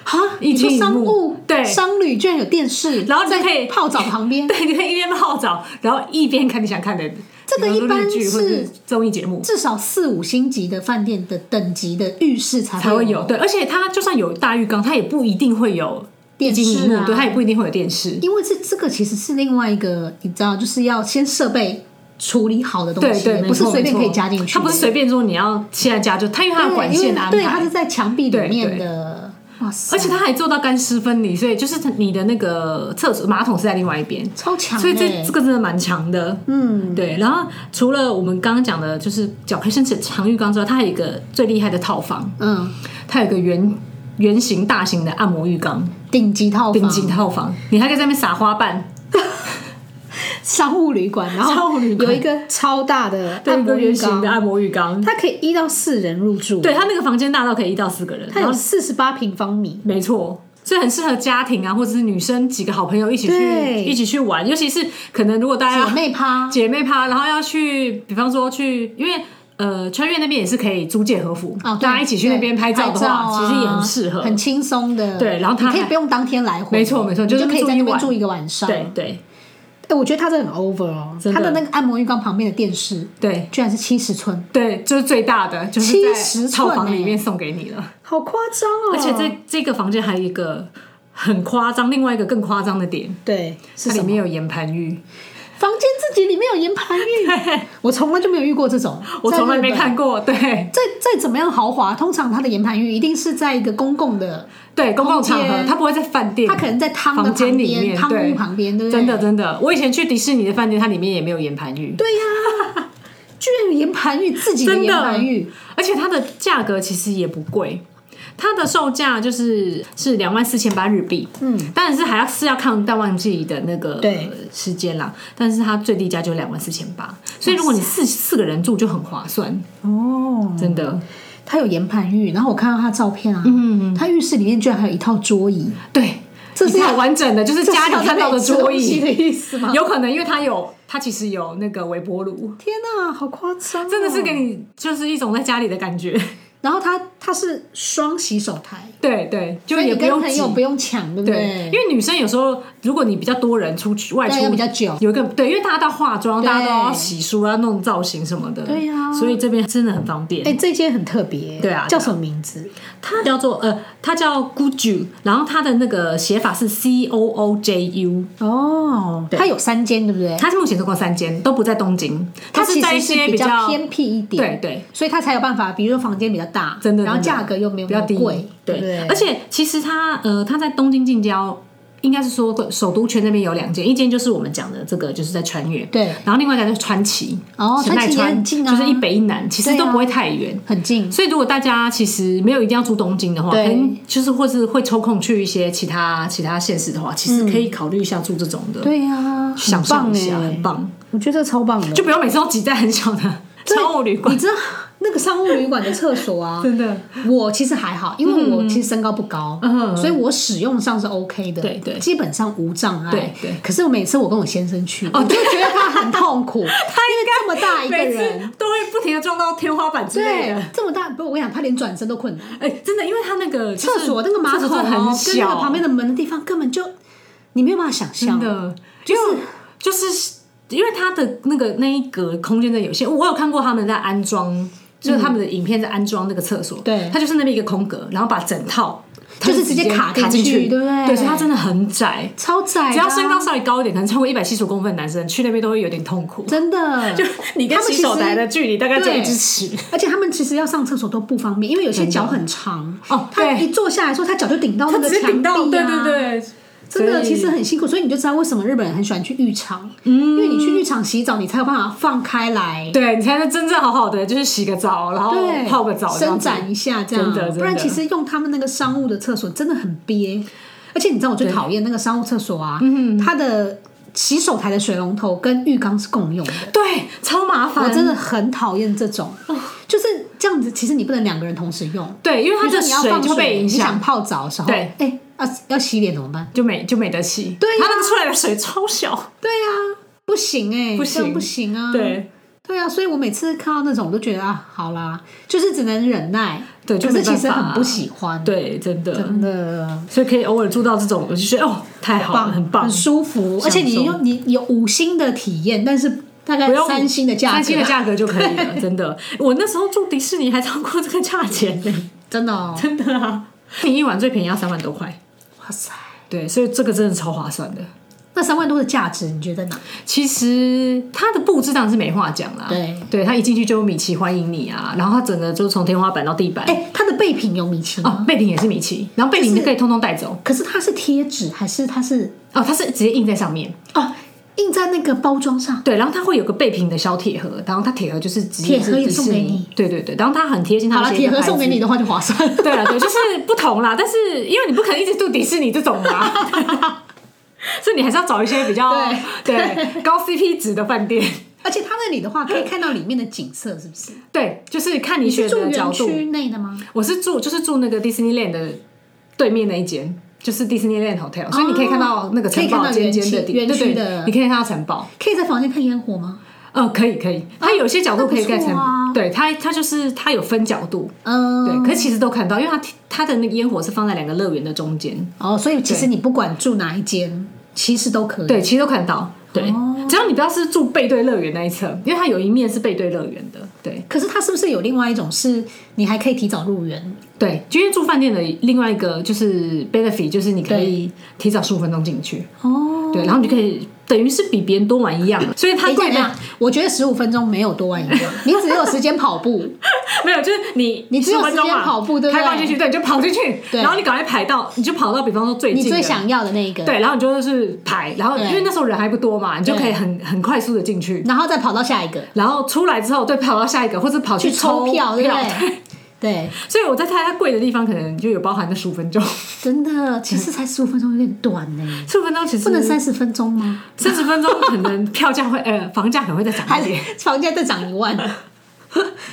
[SPEAKER 1] 哈，
[SPEAKER 2] 一
[SPEAKER 1] 你
[SPEAKER 2] 厅
[SPEAKER 1] 说
[SPEAKER 2] 一
[SPEAKER 1] 商
[SPEAKER 2] 幕
[SPEAKER 1] 务
[SPEAKER 2] 对
[SPEAKER 1] 商旅居然有电视，
[SPEAKER 2] 然后你就
[SPEAKER 1] 在
[SPEAKER 2] 可以
[SPEAKER 1] 泡澡旁边。
[SPEAKER 2] 对，你可以一边泡澡，然后一边看你想看的，
[SPEAKER 1] 这个
[SPEAKER 2] 比如说
[SPEAKER 1] 一般
[SPEAKER 2] 日剧或者
[SPEAKER 1] 是
[SPEAKER 2] 综艺节目。
[SPEAKER 1] 至少四五星级的饭店的等级的浴室才
[SPEAKER 2] 才会有
[SPEAKER 1] 有，
[SPEAKER 2] 对，而且它就算有大浴缸，它也不一定会有
[SPEAKER 1] 电
[SPEAKER 2] 一
[SPEAKER 1] 视
[SPEAKER 2] 幕，
[SPEAKER 1] 啊，
[SPEAKER 2] 对，它也不一定会有电视。
[SPEAKER 1] 因为这这个其实是另外一个，你知道，就是要先设备处理好的东
[SPEAKER 2] 对
[SPEAKER 1] 西，
[SPEAKER 2] 对，没
[SPEAKER 1] 不是
[SPEAKER 2] 错
[SPEAKER 1] 随便
[SPEAKER 2] 没
[SPEAKER 1] 可
[SPEAKER 2] 错
[SPEAKER 1] 以加进去的，
[SPEAKER 2] 它不是随便说你要现在加就，它因为它的管
[SPEAKER 1] 对，因
[SPEAKER 2] 线
[SPEAKER 1] 为
[SPEAKER 2] 的安排，
[SPEAKER 1] 对，它是在墙壁
[SPEAKER 2] 对
[SPEAKER 1] 里面的，哇塞，
[SPEAKER 2] 而且它还做到干湿分离，所以就是你的那个厕所马桶是在另外一边，
[SPEAKER 1] 超强、欸，
[SPEAKER 2] 所以这这个真的蛮强的。
[SPEAKER 1] 嗯，
[SPEAKER 2] 对，然后除了我们刚刚讲的，就是脚可以伸展长浴缸之外，它还有一个最厉害的套房，
[SPEAKER 1] 嗯，
[SPEAKER 2] 它有一个圆圆形大型的按摩浴缸，
[SPEAKER 1] 顶级套
[SPEAKER 2] 顶
[SPEAKER 1] 房，
[SPEAKER 2] 级套房，你还可以在那边撒花瓣，
[SPEAKER 1] 商务旅馆，然
[SPEAKER 2] 商务
[SPEAKER 1] 后
[SPEAKER 2] 旅馆
[SPEAKER 1] 有一个超大的
[SPEAKER 2] 对
[SPEAKER 1] 按
[SPEAKER 2] 一
[SPEAKER 1] 摩
[SPEAKER 2] 个
[SPEAKER 1] 浴
[SPEAKER 2] 圆形的
[SPEAKER 1] 缸，
[SPEAKER 2] 按摩浴缸，
[SPEAKER 1] 它可以一到四人入住，
[SPEAKER 2] 对，它那个房间大到可以一到四个人，
[SPEAKER 1] 它
[SPEAKER 2] 然
[SPEAKER 1] 有
[SPEAKER 2] 后
[SPEAKER 1] 四十八平方米，
[SPEAKER 2] 没错，所以很适合家庭啊，或者是女生几个好朋友一起去
[SPEAKER 1] 对
[SPEAKER 2] 一起去玩，尤其是可能如果大家
[SPEAKER 1] 姐妹趴，
[SPEAKER 2] 姐妹趴，然后要去，比方说去，因为呃，穿越那边也是可以租借和服，
[SPEAKER 1] 哦，对
[SPEAKER 2] 大家一起去那边拍照的
[SPEAKER 1] 对
[SPEAKER 2] 话，
[SPEAKER 1] 啊
[SPEAKER 2] 其实也很适合。
[SPEAKER 1] 很轻松的。
[SPEAKER 2] 对然后它
[SPEAKER 1] 你可以
[SPEAKER 2] 还
[SPEAKER 1] 不用当天来回，哦
[SPEAKER 2] 没错没错
[SPEAKER 1] 你
[SPEAKER 2] 就
[SPEAKER 1] 就是可以
[SPEAKER 2] 住
[SPEAKER 1] 在
[SPEAKER 2] 一
[SPEAKER 1] 那边
[SPEAKER 2] 晚
[SPEAKER 1] 住一个晚上。
[SPEAKER 2] 对对
[SPEAKER 1] 哎，我觉得它这很 over 哦，
[SPEAKER 2] 真的
[SPEAKER 1] 它的那个按摩浴缸旁边的电视
[SPEAKER 2] 对
[SPEAKER 1] 居然是七十寸，
[SPEAKER 2] 对，就是最大的，就是在
[SPEAKER 1] 70
[SPEAKER 2] 套房
[SPEAKER 1] 寸欸
[SPEAKER 2] 里面送给你了。
[SPEAKER 1] 好夸张哦！
[SPEAKER 2] 而且这这个房间还有一个很夸张，另外一个更夸张的点，
[SPEAKER 1] 对是
[SPEAKER 2] 它里
[SPEAKER 1] 什么？
[SPEAKER 2] 面有岩盘浴，
[SPEAKER 1] 哎房间自己里面有岩盘浴，我从来就没有遇过这种，
[SPEAKER 2] 我从来
[SPEAKER 1] 在日
[SPEAKER 2] 没
[SPEAKER 1] 本。
[SPEAKER 2] 看过。对
[SPEAKER 1] 再再怎么样豪华，通常它的岩盘浴一定是在一个公共的，
[SPEAKER 2] 对，公共场
[SPEAKER 1] 空
[SPEAKER 2] 合，
[SPEAKER 1] 间
[SPEAKER 2] 它不会在饭店，
[SPEAKER 1] 它可能在汤的
[SPEAKER 2] 房
[SPEAKER 1] 旁
[SPEAKER 2] 间里面，
[SPEAKER 1] 边、汤
[SPEAKER 2] 对
[SPEAKER 1] 屋旁边，对不对？
[SPEAKER 2] 真的，真的，我以前去迪士尼的饭店，它里面也没有岩盘浴。
[SPEAKER 1] 对呀、居然有岩盘浴，自己的
[SPEAKER 2] 真的
[SPEAKER 1] 岩盘浴，
[SPEAKER 2] 而且它的价格其实也不贵，它的售价就是是两万四千八日币，嗯，但是还要是要看淡旺季的那个
[SPEAKER 1] 对
[SPEAKER 2] 时间啦，但是它最低价就两万四千八，所以如果你四四个人住就很划算哦，真的，
[SPEAKER 1] 它有岩盘浴，然后我看到它照片啊，
[SPEAKER 2] 嗯
[SPEAKER 1] 它浴室里面居然还有一套桌椅，
[SPEAKER 2] 对，
[SPEAKER 1] 这是
[SPEAKER 2] 一套完整的，就是家里看到的桌
[SPEAKER 1] 这是要在那
[SPEAKER 2] 椅，
[SPEAKER 1] 里吃东西的意思吗？
[SPEAKER 2] 有可能因为它有它其实有那个微波炉，
[SPEAKER 1] 天哪、好夸张哦、
[SPEAKER 2] 真的是给你就是一种在家里的感觉，
[SPEAKER 1] 然后它它是双洗手台，
[SPEAKER 2] 对对，就
[SPEAKER 1] 所以
[SPEAKER 2] 也
[SPEAKER 1] 你
[SPEAKER 2] 不
[SPEAKER 1] 跟
[SPEAKER 2] 用
[SPEAKER 1] 朋
[SPEAKER 2] 挤
[SPEAKER 1] 友不用抢，对不
[SPEAKER 2] 对，因为女生有时候，如果你比较多人出去外
[SPEAKER 1] 对
[SPEAKER 2] 出
[SPEAKER 1] 要比较久
[SPEAKER 2] 有一个对，因为大家到化妆，
[SPEAKER 1] 对
[SPEAKER 2] 大家都要洗漱，要弄造型什么的，
[SPEAKER 1] 对呀
[SPEAKER 2] 所以这边真的很方便。
[SPEAKER 1] 哎、这间很特别，
[SPEAKER 2] 对啊
[SPEAKER 1] 叫什么名字？
[SPEAKER 2] 它叫做呃，它叫 Guju，然后它的那个写法是 C O O J U，
[SPEAKER 1] 哦，它有三间，对不对？
[SPEAKER 2] 它是目前总共三间，都不在东京，
[SPEAKER 1] 它
[SPEAKER 2] 是
[SPEAKER 1] 其
[SPEAKER 2] 在一
[SPEAKER 1] 实是
[SPEAKER 2] 些
[SPEAKER 1] 比
[SPEAKER 2] 较
[SPEAKER 1] 较偏僻一点，
[SPEAKER 2] 对对。
[SPEAKER 1] 所以它才有办法，比如说房间比较大，
[SPEAKER 2] 真的
[SPEAKER 1] 然后
[SPEAKER 2] 真的
[SPEAKER 1] 价格又没有
[SPEAKER 2] 比较
[SPEAKER 1] 那
[SPEAKER 2] 低
[SPEAKER 1] 么贵，
[SPEAKER 2] 对，
[SPEAKER 1] 不对？
[SPEAKER 2] 而且其实它呃，它在东京近郊，应该是说首都圈那边有两间，一间就是我们讲的这个，就是在穿越，
[SPEAKER 1] 对
[SPEAKER 2] 然后另外一家就是川崎，
[SPEAKER 1] 哦
[SPEAKER 2] 神奈
[SPEAKER 1] 川崎也很近啊
[SPEAKER 2] 就是一北一南，其实
[SPEAKER 1] 对啊
[SPEAKER 2] 都不会太远。
[SPEAKER 1] 很近，
[SPEAKER 2] 所以，如果大家其实没有一定要住东京的话，可
[SPEAKER 1] 对
[SPEAKER 2] 能就是或是会抽空去一些其他其他县市的话，其实可以考虑一下住这种的，
[SPEAKER 1] 对呀、啊，
[SPEAKER 2] 享受一
[SPEAKER 1] 很
[SPEAKER 2] 下，
[SPEAKER 1] 棒
[SPEAKER 2] 很
[SPEAKER 1] 哎
[SPEAKER 2] 棒，
[SPEAKER 1] 我觉得超棒的，
[SPEAKER 2] 就不用每次都挤在很小的
[SPEAKER 1] 对
[SPEAKER 2] 商务旅馆
[SPEAKER 1] 你，知道那个商务旅馆的厕所啊，
[SPEAKER 2] 真的。
[SPEAKER 1] 我其实还好，因为我其实身高不高，
[SPEAKER 2] 嗯
[SPEAKER 1] 所以我使用上是 OK 的，
[SPEAKER 2] 对对
[SPEAKER 1] 基本上无障碍。
[SPEAKER 2] 对哦对
[SPEAKER 1] 可是我每次我跟我先生去，我就觉得他很痛 苦，因为这么大一个
[SPEAKER 2] 每次
[SPEAKER 1] 人，
[SPEAKER 2] 都会不停的撞到天花板之类
[SPEAKER 1] 对
[SPEAKER 2] 的。，
[SPEAKER 1] 这么大，不是我跟你讲，他连转身都困难。
[SPEAKER 2] 哎、真的，因为它那个就是
[SPEAKER 1] 厕所那个马
[SPEAKER 2] 厕
[SPEAKER 1] 桶
[SPEAKER 2] 所
[SPEAKER 1] 哦
[SPEAKER 2] 真的很
[SPEAKER 1] 跟那
[SPEAKER 2] 小，
[SPEAKER 1] 个旁边的门的地方根本就你没有办法想
[SPEAKER 2] 真
[SPEAKER 1] 象。
[SPEAKER 2] 的，嗯就是就是因为它的那个那一格空间真的有限，我有看过他们在安装，就是他们的影片在安装那个厕所，
[SPEAKER 1] 对
[SPEAKER 2] 它就是那边一个空格，然后把整套
[SPEAKER 1] 就是直接
[SPEAKER 2] 卡
[SPEAKER 1] 卡
[SPEAKER 2] 卡
[SPEAKER 1] 进
[SPEAKER 2] 进
[SPEAKER 1] 去对不对
[SPEAKER 2] 对，所以它真的很窄。
[SPEAKER 1] 超窄的啊，
[SPEAKER 2] 只要身高稍微高一点，可能超过一百七十公分的男生去那边都会有点痛苦。
[SPEAKER 1] 真的，
[SPEAKER 2] 就你跟
[SPEAKER 1] 他们其
[SPEAKER 2] 洗
[SPEAKER 1] 实
[SPEAKER 2] 手台的距离大概就
[SPEAKER 1] 对
[SPEAKER 2] 一只尺，
[SPEAKER 1] 而且他们其实要上厕所都不方便，因为有些脚很长
[SPEAKER 2] 哦
[SPEAKER 1] 他
[SPEAKER 2] 对
[SPEAKER 1] 一坐下来说，他脚就顶到那个
[SPEAKER 2] 直接
[SPEAKER 1] 墙
[SPEAKER 2] 顶
[SPEAKER 1] 壁
[SPEAKER 2] 到，
[SPEAKER 1] 啊，
[SPEAKER 2] 对对，对，
[SPEAKER 1] 真的
[SPEAKER 2] 所以
[SPEAKER 1] 其实很辛苦，所以你就知道为什么日本人很喜欢去浴场，嗯，因为你去浴场洗澡，你才有办法放开来，
[SPEAKER 2] 对你才能真正好好的就是洗个澡，然后
[SPEAKER 1] 对，
[SPEAKER 2] 嗯泡个澡，这样
[SPEAKER 1] 伸
[SPEAKER 2] 子
[SPEAKER 1] 展一下，这样
[SPEAKER 2] 真的真的
[SPEAKER 1] 不然其实用他们那个商务的厕所真的很憋，而且你知道我最讨厌那个商务厕所啊，嗯，它的洗手台的水龙头跟浴缸是共用的。
[SPEAKER 2] 对，超麻烦，
[SPEAKER 1] 我真的很讨厌这种，就是这样子。其实你不能两个人同时用，
[SPEAKER 2] 对，因为它
[SPEAKER 1] 比如说
[SPEAKER 2] 的
[SPEAKER 1] 你要
[SPEAKER 2] 水
[SPEAKER 1] 放
[SPEAKER 2] 就
[SPEAKER 1] 水，
[SPEAKER 2] 会被影
[SPEAKER 1] 你想
[SPEAKER 2] 响。
[SPEAKER 1] 泡澡的时候，
[SPEAKER 2] 对
[SPEAKER 1] 哎、要要洗脸怎么办？
[SPEAKER 2] 就没就没得洗。
[SPEAKER 1] 对呀
[SPEAKER 2] 它那个出来的水超小。
[SPEAKER 1] 对呀、不行哎、
[SPEAKER 2] 啊不
[SPEAKER 1] 这样
[SPEAKER 2] 行
[SPEAKER 1] 不行啊。
[SPEAKER 2] 对
[SPEAKER 1] 对啊，所以我每次看到那种，我都觉得啊，好啦，就是只能忍耐。
[SPEAKER 2] 对就
[SPEAKER 1] 可是
[SPEAKER 2] 没办
[SPEAKER 1] 其实
[SPEAKER 2] 法
[SPEAKER 1] 很
[SPEAKER 2] 啊
[SPEAKER 1] 不喜欢。，
[SPEAKER 2] 对，真的。
[SPEAKER 1] 真的
[SPEAKER 2] 所以可以偶尔住到这种，我就觉得哦，太好了，很棒
[SPEAKER 1] 很。舒服，而且你用你有五星的体验，但是大概
[SPEAKER 2] 不用
[SPEAKER 1] 三星的价格，啊
[SPEAKER 2] 三星的价格就可以 了，真的。我那时候住迪士尼还超过这个价钱呢、
[SPEAKER 1] 真的哦，
[SPEAKER 2] 真的啊！你一晚最便宜要三万多块，
[SPEAKER 1] 哇塞，
[SPEAKER 2] 对，所以这个真的超划算的。
[SPEAKER 1] 那三万多的价值你觉得哪？
[SPEAKER 2] 其实它的布置当然是没话讲啦，
[SPEAKER 1] 对
[SPEAKER 2] 对，它一进去就有米奇欢迎你啊，然后它整个就从天花板到地板，
[SPEAKER 1] 哎、它的备品有米奇吗？
[SPEAKER 2] 哦，备品也是米奇，然后备品
[SPEAKER 1] 就是
[SPEAKER 2] 就可以通通带走，
[SPEAKER 1] 可是它是贴纸还是它是
[SPEAKER 2] 哦，它是直接印在上面，
[SPEAKER 1] 哦印在那个包装上？
[SPEAKER 2] 对，然后它会有个备品的小铁盒，然后它铁盒就是直
[SPEAKER 1] 铁
[SPEAKER 2] 接
[SPEAKER 1] 盒也
[SPEAKER 2] 是迪
[SPEAKER 1] 送
[SPEAKER 2] 士
[SPEAKER 1] 给
[SPEAKER 2] 尼
[SPEAKER 1] 你，
[SPEAKER 2] 对对对，然后它很贴心，它
[SPEAKER 1] 好
[SPEAKER 2] 有
[SPEAKER 1] 了，
[SPEAKER 2] 写一
[SPEAKER 1] 铁
[SPEAKER 2] 个
[SPEAKER 1] 盒
[SPEAKER 2] 牌
[SPEAKER 1] 送给
[SPEAKER 2] 子
[SPEAKER 1] 你的话就划算。
[SPEAKER 2] 对啊，对，就是不同啦。但是因为你不可能一直住迪士尼这种嘛， 所以你还是要找一些比较
[SPEAKER 1] 对
[SPEAKER 2] 对高 CP 值的饭店。
[SPEAKER 1] 而且它那里的话可以看到里面的景色，是不是？
[SPEAKER 2] 对，就是看你选
[SPEAKER 1] 是住
[SPEAKER 2] 的角
[SPEAKER 1] 园
[SPEAKER 2] 度。
[SPEAKER 1] 区内的吗？
[SPEAKER 2] 我是住就是住那个 Disneyland 的对面那一间，就是 Disneyland Hotel，、所以你可以看到那个城堡
[SPEAKER 1] 哦可以看
[SPEAKER 2] 尖
[SPEAKER 1] 到园区
[SPEAKER 2] 尖的地，
[SPEAKER 1] 园区
[SPEAKER 2] 对
[SPEAKER 1] 的
[SPEAKER 2] 对，你可以看到城堡。
[SPEAKER 1] 可以在房间看烟火吗？
[SPEAKER 2] 呃，可以可以，它有些角度可以
[SPEAKER 1] 啊那不
[SPEAKER 2] 盖
[SPEAKER 1] 错
[SPEAKER 2] 城堡，
[SPEAKER 1] 啊
[SPEAKER 2] 对它它就是它有分角度，
[SPEAKER 1] 嗯，
[SPEAKER 2] 对，可是其实都看到，因为它它的那个烟火是放在两个乐园的中间，
[SPEAKER 1] 哦，所以其实你不管住哪一间，其实都可以。
[SPEAKER 2] 对，其实都看到。对，
[SPEAKER 1] 哦
[SPEAKER 2] 只要你不要是住背对乐园那一侧，因为它有一面是背对乐园的。对
[SPEAKER 1] 可是它是不是有另外一种是你还可以提早入园？
[SPEAKER 2] 对，就因为住饭店的另外一个就是 benefit，就是你可以提早十五分钟进去，
[SPEAKER 1] 哦，
[SPEAKER 2] 对，然后你就可以等于是比别人多玩一样，所以它
[SPEAKER 1] 哎等一下，
[SPEAKER 2] 贵
[SPEAKER 1] 等一
[SPEAKER 2] 的
[SPEAKER 1] 下我觉得十五分钟没有多玩一样，你只有时间跑步，
[SPEAKER 2] 没有，就是你
[SPEAKER 1] 你只有
[SPEAKER 2] 10分钟嘛
[SPEAKER 1] 时间跑步对不对
[SPEAKER 2] 开放进去，对，你就跑进去，
[SPEAKER 1] 对
[SPEAKER 2] 然后你赶快排到，你就跑到比方说最
[SPEAKER 1] 你
[SPEAKER 2] 近的
[SPEAKER 1] 最想要的那一个，，
[SPEAKER 2] 对，然后你就是排，然后
[SPEAKER 1] 对
[SPEAKER 2] 因为那时候人还不多嘛，你就可以很很快速的进去，
[SPEAKER 1] 然后再跑到下一个
[SPEAKER 2] 然后出来之后对跑到下一个，或者跑
[SPEAKER 1] 去抽
[SPEAKER 2] 抽
[SPEAKER 1] 票，对不对？对，
[SPEAKER 2] 所以我在猜它贵的地方可能就有包含那十五分钟，
[SPEAKER 1] 真的，其实才十五分钟有点短呢，
[SPEAKER 2] 十五分钟其实
[SPEAKER 1] 不能三十分钟吗？
[SPEAKER 2] 三十分钟，可能票价会呃房价可能会再涨
[SPEAKER 1] 还
[SPEAKER 2] 一点。
[SPEAKER 1] 房价再涨一万，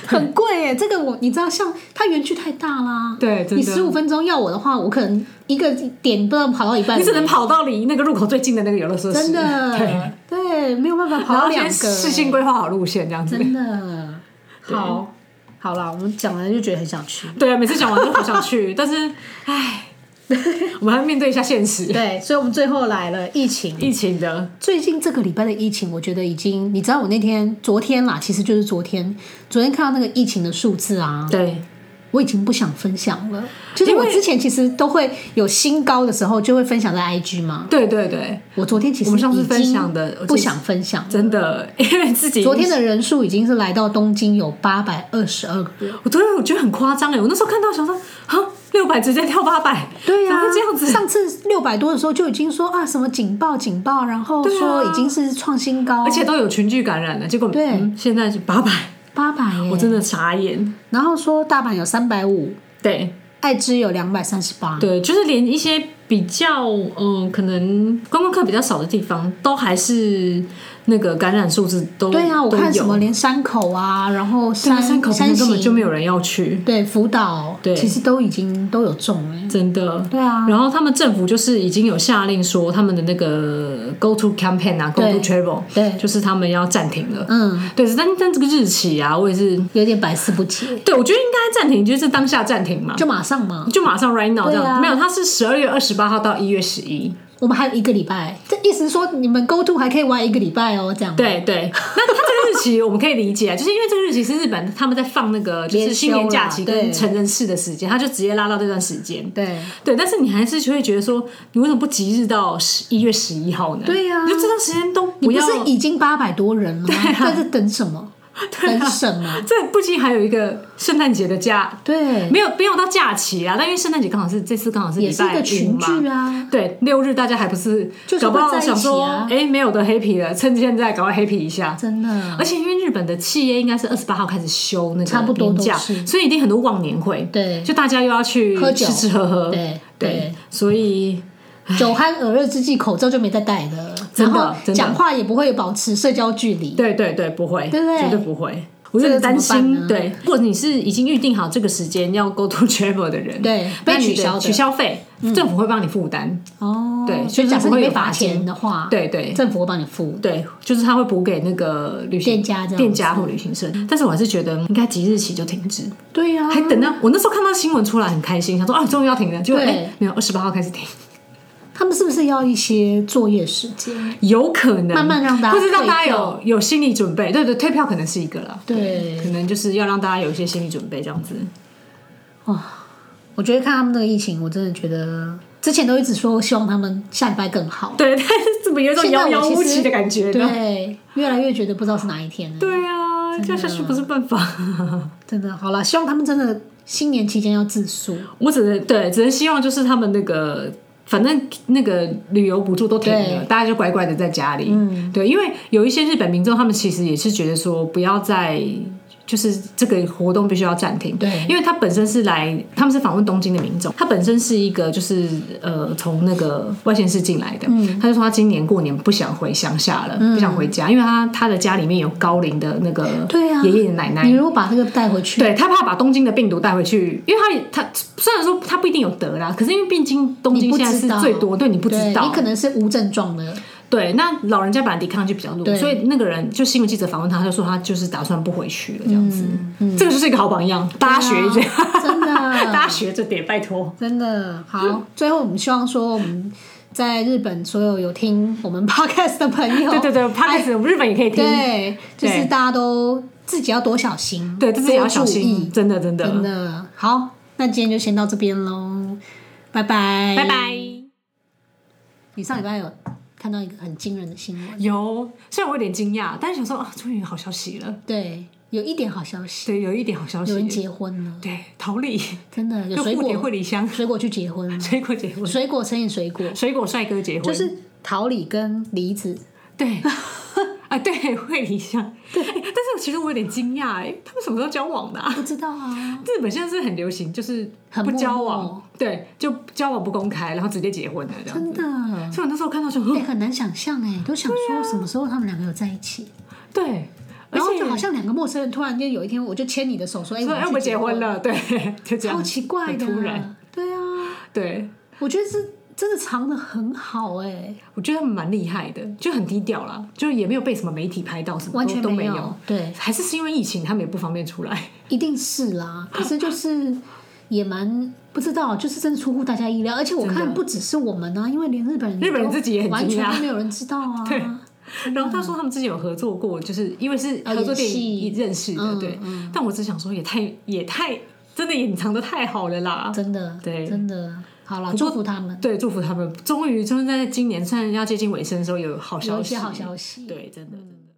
[SPEAKER 1] 很贵耶！这个我你知道，像它园区太大啦，
[SPEAKER 2] 对真的
[SPEAKER 1] 你十五分钟要我的话，我可能一个点不知道跑到一半，
[SPEAKER 2] 你只能跑到离那个入口最近的那个游乐设
[SPEAKER 1] 真
[SPEAKER 2] 施，对，
[SPEAKER 1] 的，对，没有办法跑
[SPEAKER 2] 然
[SPEAKER 1] 到
[SPEAKER 2] 后
[SPEAKER 1] 两
[SPEAKER 2] 先
[SPEAKER 1] 个，
[SPEAKER 2] 事先规划好路线这样子。
[SPEAKER 1] 真的好。好啦，我们讲完就觉得很想去，
[SPEAKER 2] 对啊，每次讲完都好想去，但是唉，我们还要面对一下现实，
[SPEAKER 1] 对，所以我们最后来了疫情。
[SPEAKER 2] 疫情的
[SPEAKER 1] 最近这个礼拜的疫情，我觉得已经，你知道我那天昨天啦，其实就是昨天，昨天看到那个疫情的数字啊，
[SPEAKER 2] 对。
[SPEAKER 1] 我已经不想分享了。就是
[SPEAKER 2] 因
[SPEAKER 1] 我
[SPEAKER 2] 为
[SPEAKER 1] 之前其实都会有新高的时候，就会分享在 IG 嘛。
[SPEAKER 2] 对对对，
[SPEAKER 1] 我昨天其实
[SPEAKER 2] 我们上
[SPEAKER 1] 已
[SPEAKER 2] 次
[SPEAKER 1] 经
[SPEAKER 2] 分享的我记得
[SPEAKER 1] 不想分享。
[SPEAKER 2] 真的，因为自己
[SPEAKER 1] 昨天的人数已经是来到东京有八百二十二个人，
[SPEAKER 2] 我昨天我觉得很夸张哎，我那时候看到想说，啊，六百直接跳八百，
[SPEAKER 1] 呀、
[SPEAKER 2] 怎么会这样子？
[SPEAKER 1] 啊上次六百多的时候就已经说啊什么警报警报，然后说
[SPEAKER 2] 对啊
[SPEAKER 1] 已经是创新高，
[SPEAKER 2] 而且都有群聚感染了，结果
[SPEAKER 1] 对
[SPEAKER 2] 嗯现在是八百，
[SPEAKER 1] 八百耶，
[SPEAKER 2] 我真的傻眼。
[SPEAKER 1] 然后说大阪有三百五，
[SPEAKER 2] 对
[SPEAKER 1] 爱知有两百三十八，
[SPEAKER 2] 对，就是连一些比较嗯、呃可能观光客比较少的地方，都还是那个感染数字都
[SPEAKER 1] 对啊，我看
[SPEAKER 2] 都
[SPEAKER 1] 什
[SPEAKER 2] 有
[SPEAKER 1] 么连山口啊，然后
[SPEAKER 2] 对
[SPEAKER 1] 山
[SPEAKER 2] 啊山口可
[SPEAKER 1] 山
[SPEAKER 2] 能根本
[SPEAKER 1] 形
[SPEAKER 2] 就没有人要去，
[SPEAKER 1] 对福岛，
[SPEAKER 2] 对
[SPEAKER 1] 其实都已经都有中哎、
[SPEAKER 2] 真的。
[SPEAKER 1] 对啊，
[SPEAKER 2] 然后他们政府就是已经有下令说，他们的那个 Go to Campaign 啊，Go
[SPEAKER 1] 对
[SPEAKER 2] to Travel，
[SPEAKER 1] 对
[SPEAKER 2] 就是他们要暂停了。
[SPEAKER 1] 嗯，
[SPEAKER 2] 对，但但这个日期啊，我也是，
[SPEAKER 1] 有点百思不解，
[SPEAKER 2] 对我觉得应该暂停，就是当下暂停嘛，
[SPEAKER 1] 就马上嘛，
[SPEAKER 2] 就马上 right now 这
[SPEAKER 1] 对啊
[SPEAKER 2] 样，没有，它是十二月二十八号到一月十一。
[SPEAKER 1] 我们还有一个礼拜，这意思是说你们 Go To 还可以玩一个礼拜哦，这样吗，
[SPEAKER 2] 对对，那它这个日期我们可以理解啊，就是因为这个日期是日本他们在放那个就
[SPEAKER 1] 连休
[SPEAKER 2] 是
[SPEAKER 1] 啦
[SPEAKER 2] 新年假期
[SPEAKER 1] 对
[SPEAKER 2] 跟成人式的时间，他就直接拉到这段时间。
[SPEAKER 1] 对
[SPEAKER 2] 对，但是你还是会觉得说，你为什么不即日到十一月十一号呢？
[SPEAKER 1] 对呀
[SPEAKER 2] 就这段时间都
[SPEAKER 1] 你
[SPEAKER 2] 不
[SPEAKER 1] 不
[SPEAKER 2] 要。啊
[SPEAKER 1] 是已经八百多人了吗？在这等什 么？等什么？
[SPEAKER 2] 这不仅还有一个圣诞节的假，
[SPEAKER 1] 对，
[SPEAKER 2] 没有没有到假期啊，但因为圣诞节刚好是这次刚好是
[SPEAKER 1] 也
[SPEAKER 2] 礼
[SPEAKER 1] 是一
[SPEAKER 2] 拜
[SPEAKER 1] 个
[SPEAKER 2] 五
[SPEAKER 1] 群
[SPEAKER 2] 嘛，
[SPEAKER 1] 聚啊，
[SPEAKER 2] 对，六日大家还不是，
[SPEAKER 1] 就是
[SPEAKER 2] 搞不
[SPEAKER 1] 会在
[SPEAKER 2] 好
[SPEAKER 1] 一
[SPEAKER 2] 想说
[SPEAKER 1] 起啊，
[SPEAKER 2] 哎、没有的 happy 了，趁现在赶快 happy 一下。
[SPEAKER 1] 真的
[SPEAKER 2] 而，且因为日本的企业应该是二十八号开始休那
[SPEAKER 1] 差不
[SPEAKER 2] 个
[SPEAKER 1] 多都
[SPEAKER 2] 年假，
[SPEAKER 1] 是
[SPEAKER 2] 所以一定很多忘年会，
[SPEAKER 1] 对
[SPEAKER 2] 就大家又要去
[SPEAKER 1] 喝酒
[SPEAKER 2] 吃吃喝喝，
[SPEAKER 1] 对对
[SPEAKER 2] 对，所以
[SPEAKER 1] 酒酣耳热之际，口罩就没再戴了，
[SPEAKER 2] 真
[SPEAKER 1] 然
[SPEAKER 2] 的
[SPEAKER 1] 后
[SPEAKER 2] 真的
[SPEAKER 1] 讲话也不会保持社交距离，
[SPEAKER 2] 对对对，不会，
[SPEAKER 1] 对不对
[SPEAKER 2] 绝对不会。我有点担
[SPEAKER 1] 这个怎
[SPEAKER 2] 心
[SPEAKER 1] 么办呢。
[SPEAKER 2] 对，如果你是已经预定好这个时间要 go to travel 的人，
[SPEAKER 1] 对
[SPEAKER 2] 那你
[SPEAKER 1] 被取
[SPEAKER 2] 的
[SPEAKER 1] 消的嗯
[SPEAKER 2] 取消费，政府会帮你负担。
[SPEAKER 1] 哦，
[SPEAKER 2] 对
[SPEAKER 1] 所以假设
[SPEAKER 2] 就是
[SPEAKER 1] 你
[SPEAKER 2] 会有
[SPEAKER 1] 被罚
[SPEAKER 2] 罚金
[SPEAKER 1] 钱的话，，
[SPEAKER 2] 对对
[SPEAKER 1] 政府会帮你付。
[SPEAKER 2] 对，就是他会补给那个旅行
[SPEAKER 1] 店家这样子嗯
[SPEAKER 2] 店家或旅行社。但是我还是觉得应该即日起就停止，
[SPEAKER 1] 对啊呀、
[SPEAKER 2] 还等到我那时候看到新闻出来很开心，想说啊终于要停了，结果
[SPEAKER 1] 哦对
[SPEAKER 2] 哎没有二十八号开始停，
[SPEAKER 1] 他们是不是要一些作业时间？
[SPEAKER 2] 有可能
[SPEAKER 1] 慢慢让大家
[SPEAKER 2] 或是让大家
[SPEAKER 1] 退票
[SPEAKER 2] 有有心理准备。对对，退票可能是一个啦，
[SPEAKER 1] 对
[SPEAKER 2] 可能就是要让大家有一些心理准备这样子。
[SPEAKER 1] 我觉得看他们这个疫情，我真的觉得之前都一直说希望他们下礼拜更好，
[SPEAKER 2] 对， 但是怎么有一种
[SPEAKER 1] 现在
[SPEAKER 2] 遥
[SPEAKER 1] 我
[SPEAKER 2] 遥
[SPEAKER 1] 其
[SPEAKER 2] 无
[SPEAKER 1] 实
[SPEAKER 2] 期的感觉呢？
[SPEAKER 1] 对，越来越觉得不知道是哪一天了。，
[SPEAKER 2] 对啊，这样下去不是办法。
[SPEAKER 1] 真的好了，希望他们真的新年期间要自述。
[SPEAKER 2] 我只能对，只能希望就是他们那个，反正那个旅游补助都停了，
[SPEAKER 1] 对
[SPEAKER 2] 大家就乖乖的在家里。嗯，对，因为有一些日本民众，他们其实也是觉得说，不要再。就是这个活动必须要暂停，
[SPEAKER 1] 对
[SPEAKER 2] 因为他本身是来，他们是访问东京的民众，他本身是一个就是呃从那个外县市进来的，
[SPEAKER 1] 嗯
[SPEAKER 2] 他就说他今年过年不想回乡下了，不想回家，因为他他的家里面有高龄的那个
[SPEAKER 1] 对啊
[SPEAKER 2] 爷爷奶奶，
[SPEAKER 1] 你如果把这个带回去，
[SPEAKER 2] 对他怕把东京的病毒带回去，因为他也他虽然说他不一定有得啦，可是因为毕竟东
[SPEAKER 1] 你
[SPEAKER 2] 京
[SPEAKER 1] 不
[SPEAKER 2] 现在是
[SPEAKER 1] 知道
[SPEAKER 2] 最多，对你不知
[SPEAKER 1] 对
[SPEAKER 2] 道，
[SPEAKER 1] 你可能是无症状的，
[SPEAKER 2] 对那老人家本来抵抗力比较弱，
[SPEAKER 1] 对
[SPEAKER 2] 所以那个人就新闻记者访问他，他就说他就是打算不回去了这样子，
[SPEAKER 1] 嗯
[SPEAKER 2] 这个就是一个好榜样，大家学一学，
[SPEAKER 1] 啊真的啊 哦
[SPEAKER 2] 大家学着点，拜托。
[SPEAKER 1] 真的 好。最后，我们希望说我们在日本所有有听我们 podcast 的朋友，
[SPEAKER 2] 对对对 p o d 日本也可以听，
[SPEAKER 1] 哎对，就是
[SPEAKER 2] 对
[SPEAKER 1] 大家都自己要多小心，
[SPEAKER 2] 对，自己也要小
[SPEAKER 1] 多注
[SPEAKER 2] 心，
[SPEAKER 1] 意
[SPEAKER 2] 真的真的，
[SPEAKER 1] 真的好。那今天就先到这边喽，拜拜，
[SPEAKER 2] 拜。拜。
[SPEAKER 1] 你上礼拜有看到一个很惊人的新闻，
[SPEAKER 2] 有，虽然我有点惊讶，但是想说啊，终于有好消息了。
[SPEAKER 1] 对，有一点好消息，
[SPEAKER 2] 对，有一点好消
[SPEAKER 1] 有人
[SPEAKER 2] 息，
[SPEAKER 1] 结婚了，
[SPEAKER 2] 对，桃李
[SPEAKER 1] 真的有
[SPEAKER 2] 跟
[SPEAKER 1] 水
[SPEAKER 2] 蝴蝶惠
[SPEAKER 1] 果，
[SPEAKER 2] 梨香
[SPEAKER 1] 水果去结 婚了，
[SPEAKER 2] 水果结婚，
[SPEAKER 1] 水果乘以水果，
[SPEAKER 2] 水果帅哥结婚，
[SPEAKER 1] 就是桃李跟梨子，
[SPEAKER 2] 对 啊，对，惠理香。对，但是其实我有点惊讶，哎，他们什么时候交往的、啊？
[SPEAKER 1] 不知道啊，
[SPEAKER 2] 日本现在是很流行，就是
[SPEAKER 1] 很
[SPEAKER 2] 不
[SPEAKER 1] 默
[SPEAKER 2] 交往，
[SPEAKER 1] 默
[SPEAKER 2] 对，就交往不公开，然后直接结婚了这样
[SPEAKER 1] 真
[SPEAKER 2] 子。
[SPEAKER 1] 的，
[SPEAKER 2] 所以我那时候看到就，
[SPEAKER 1] 哎、很难想象哎、都想说什么时候他们两个有在一起，
[SPEAKER 2] 对，而
[SPEAKER 1] 然后就好
[SPEAKER 2] 且
[SPEAKER 1] 像两个陌生人突然间有一天，我就牵你的手说，哎、
[SPEAKER 2] 说
[SPEAKER 1] 们
[SPEAKER 2] 哎，我
[SPEAKER 1] 去
[SPEAKER 2] 们结婚
[SPEAKER 1] 婚，
[SPEAKER 2] 了，对，就这样，
[SPEAKER 1] 好奇怪啊
[SPEAKER 2] 很
[SPEAKER 1] 的，
[SPEAKER 2] 突然，，
[SPEAKER 1] 对啊，
[SPEAKER 2] 对。
[SPEAKER 1] 我觉得是真的藏的很好哎、
[SPEAKER 2] 我觉得他们蛮厉害的，就很低调啦，就也没有被什么媒体拍到，什么
[SPEAKER 1] 完
[SPEAKER 2] 都
[SPEAKER 1] 全
[SPEAKER 2] 都
[SPEAKER 1] 没
[SPEAKER 2] 没
[SPEAKER 1] 有
[SPEAKER 2] 有。
[SPEAKER 1] 对
[SPEAKER 2] 还是是因为疫情，他们也不方便出来。
[SPEAKER 1] 一定是啦。可是就是也蛮不知道，就是真的出乎大家意料。而且我看不只是我们啊，因为连日本人都
[SPEAKER 2] 日本人自己也很惊讶
[SPEAKER 1] 完全都没有人知道啊。
[SPEAKER 2] 对然后他说他们之前有合作过，就是因为是合作电
[SPEAKER 1] 哦演
[SPEAKER 2] 影认识的，
[SPEAKER 1] 嗯
[SPEAKER 2] 对。
[SPEAKER 1] 嗯
[SPEAKER 2] 但我只想说，也太也太真的隐藏的太好了啦。
[SPEAKER 1] 真的，
[SPEAKER 2] 对
[SPEAKER 1] 真的，好了，
[SPEAKER 2] 不过
[SPEAKER 1] 祝福他们
[SPEAKER 2] 对，祝福他们，终于就是在今年，算要接近尾声的时候有好消息，
[SPEAKER 1] 有一些好消息。
[SPEAKER 2] 对，真的真的。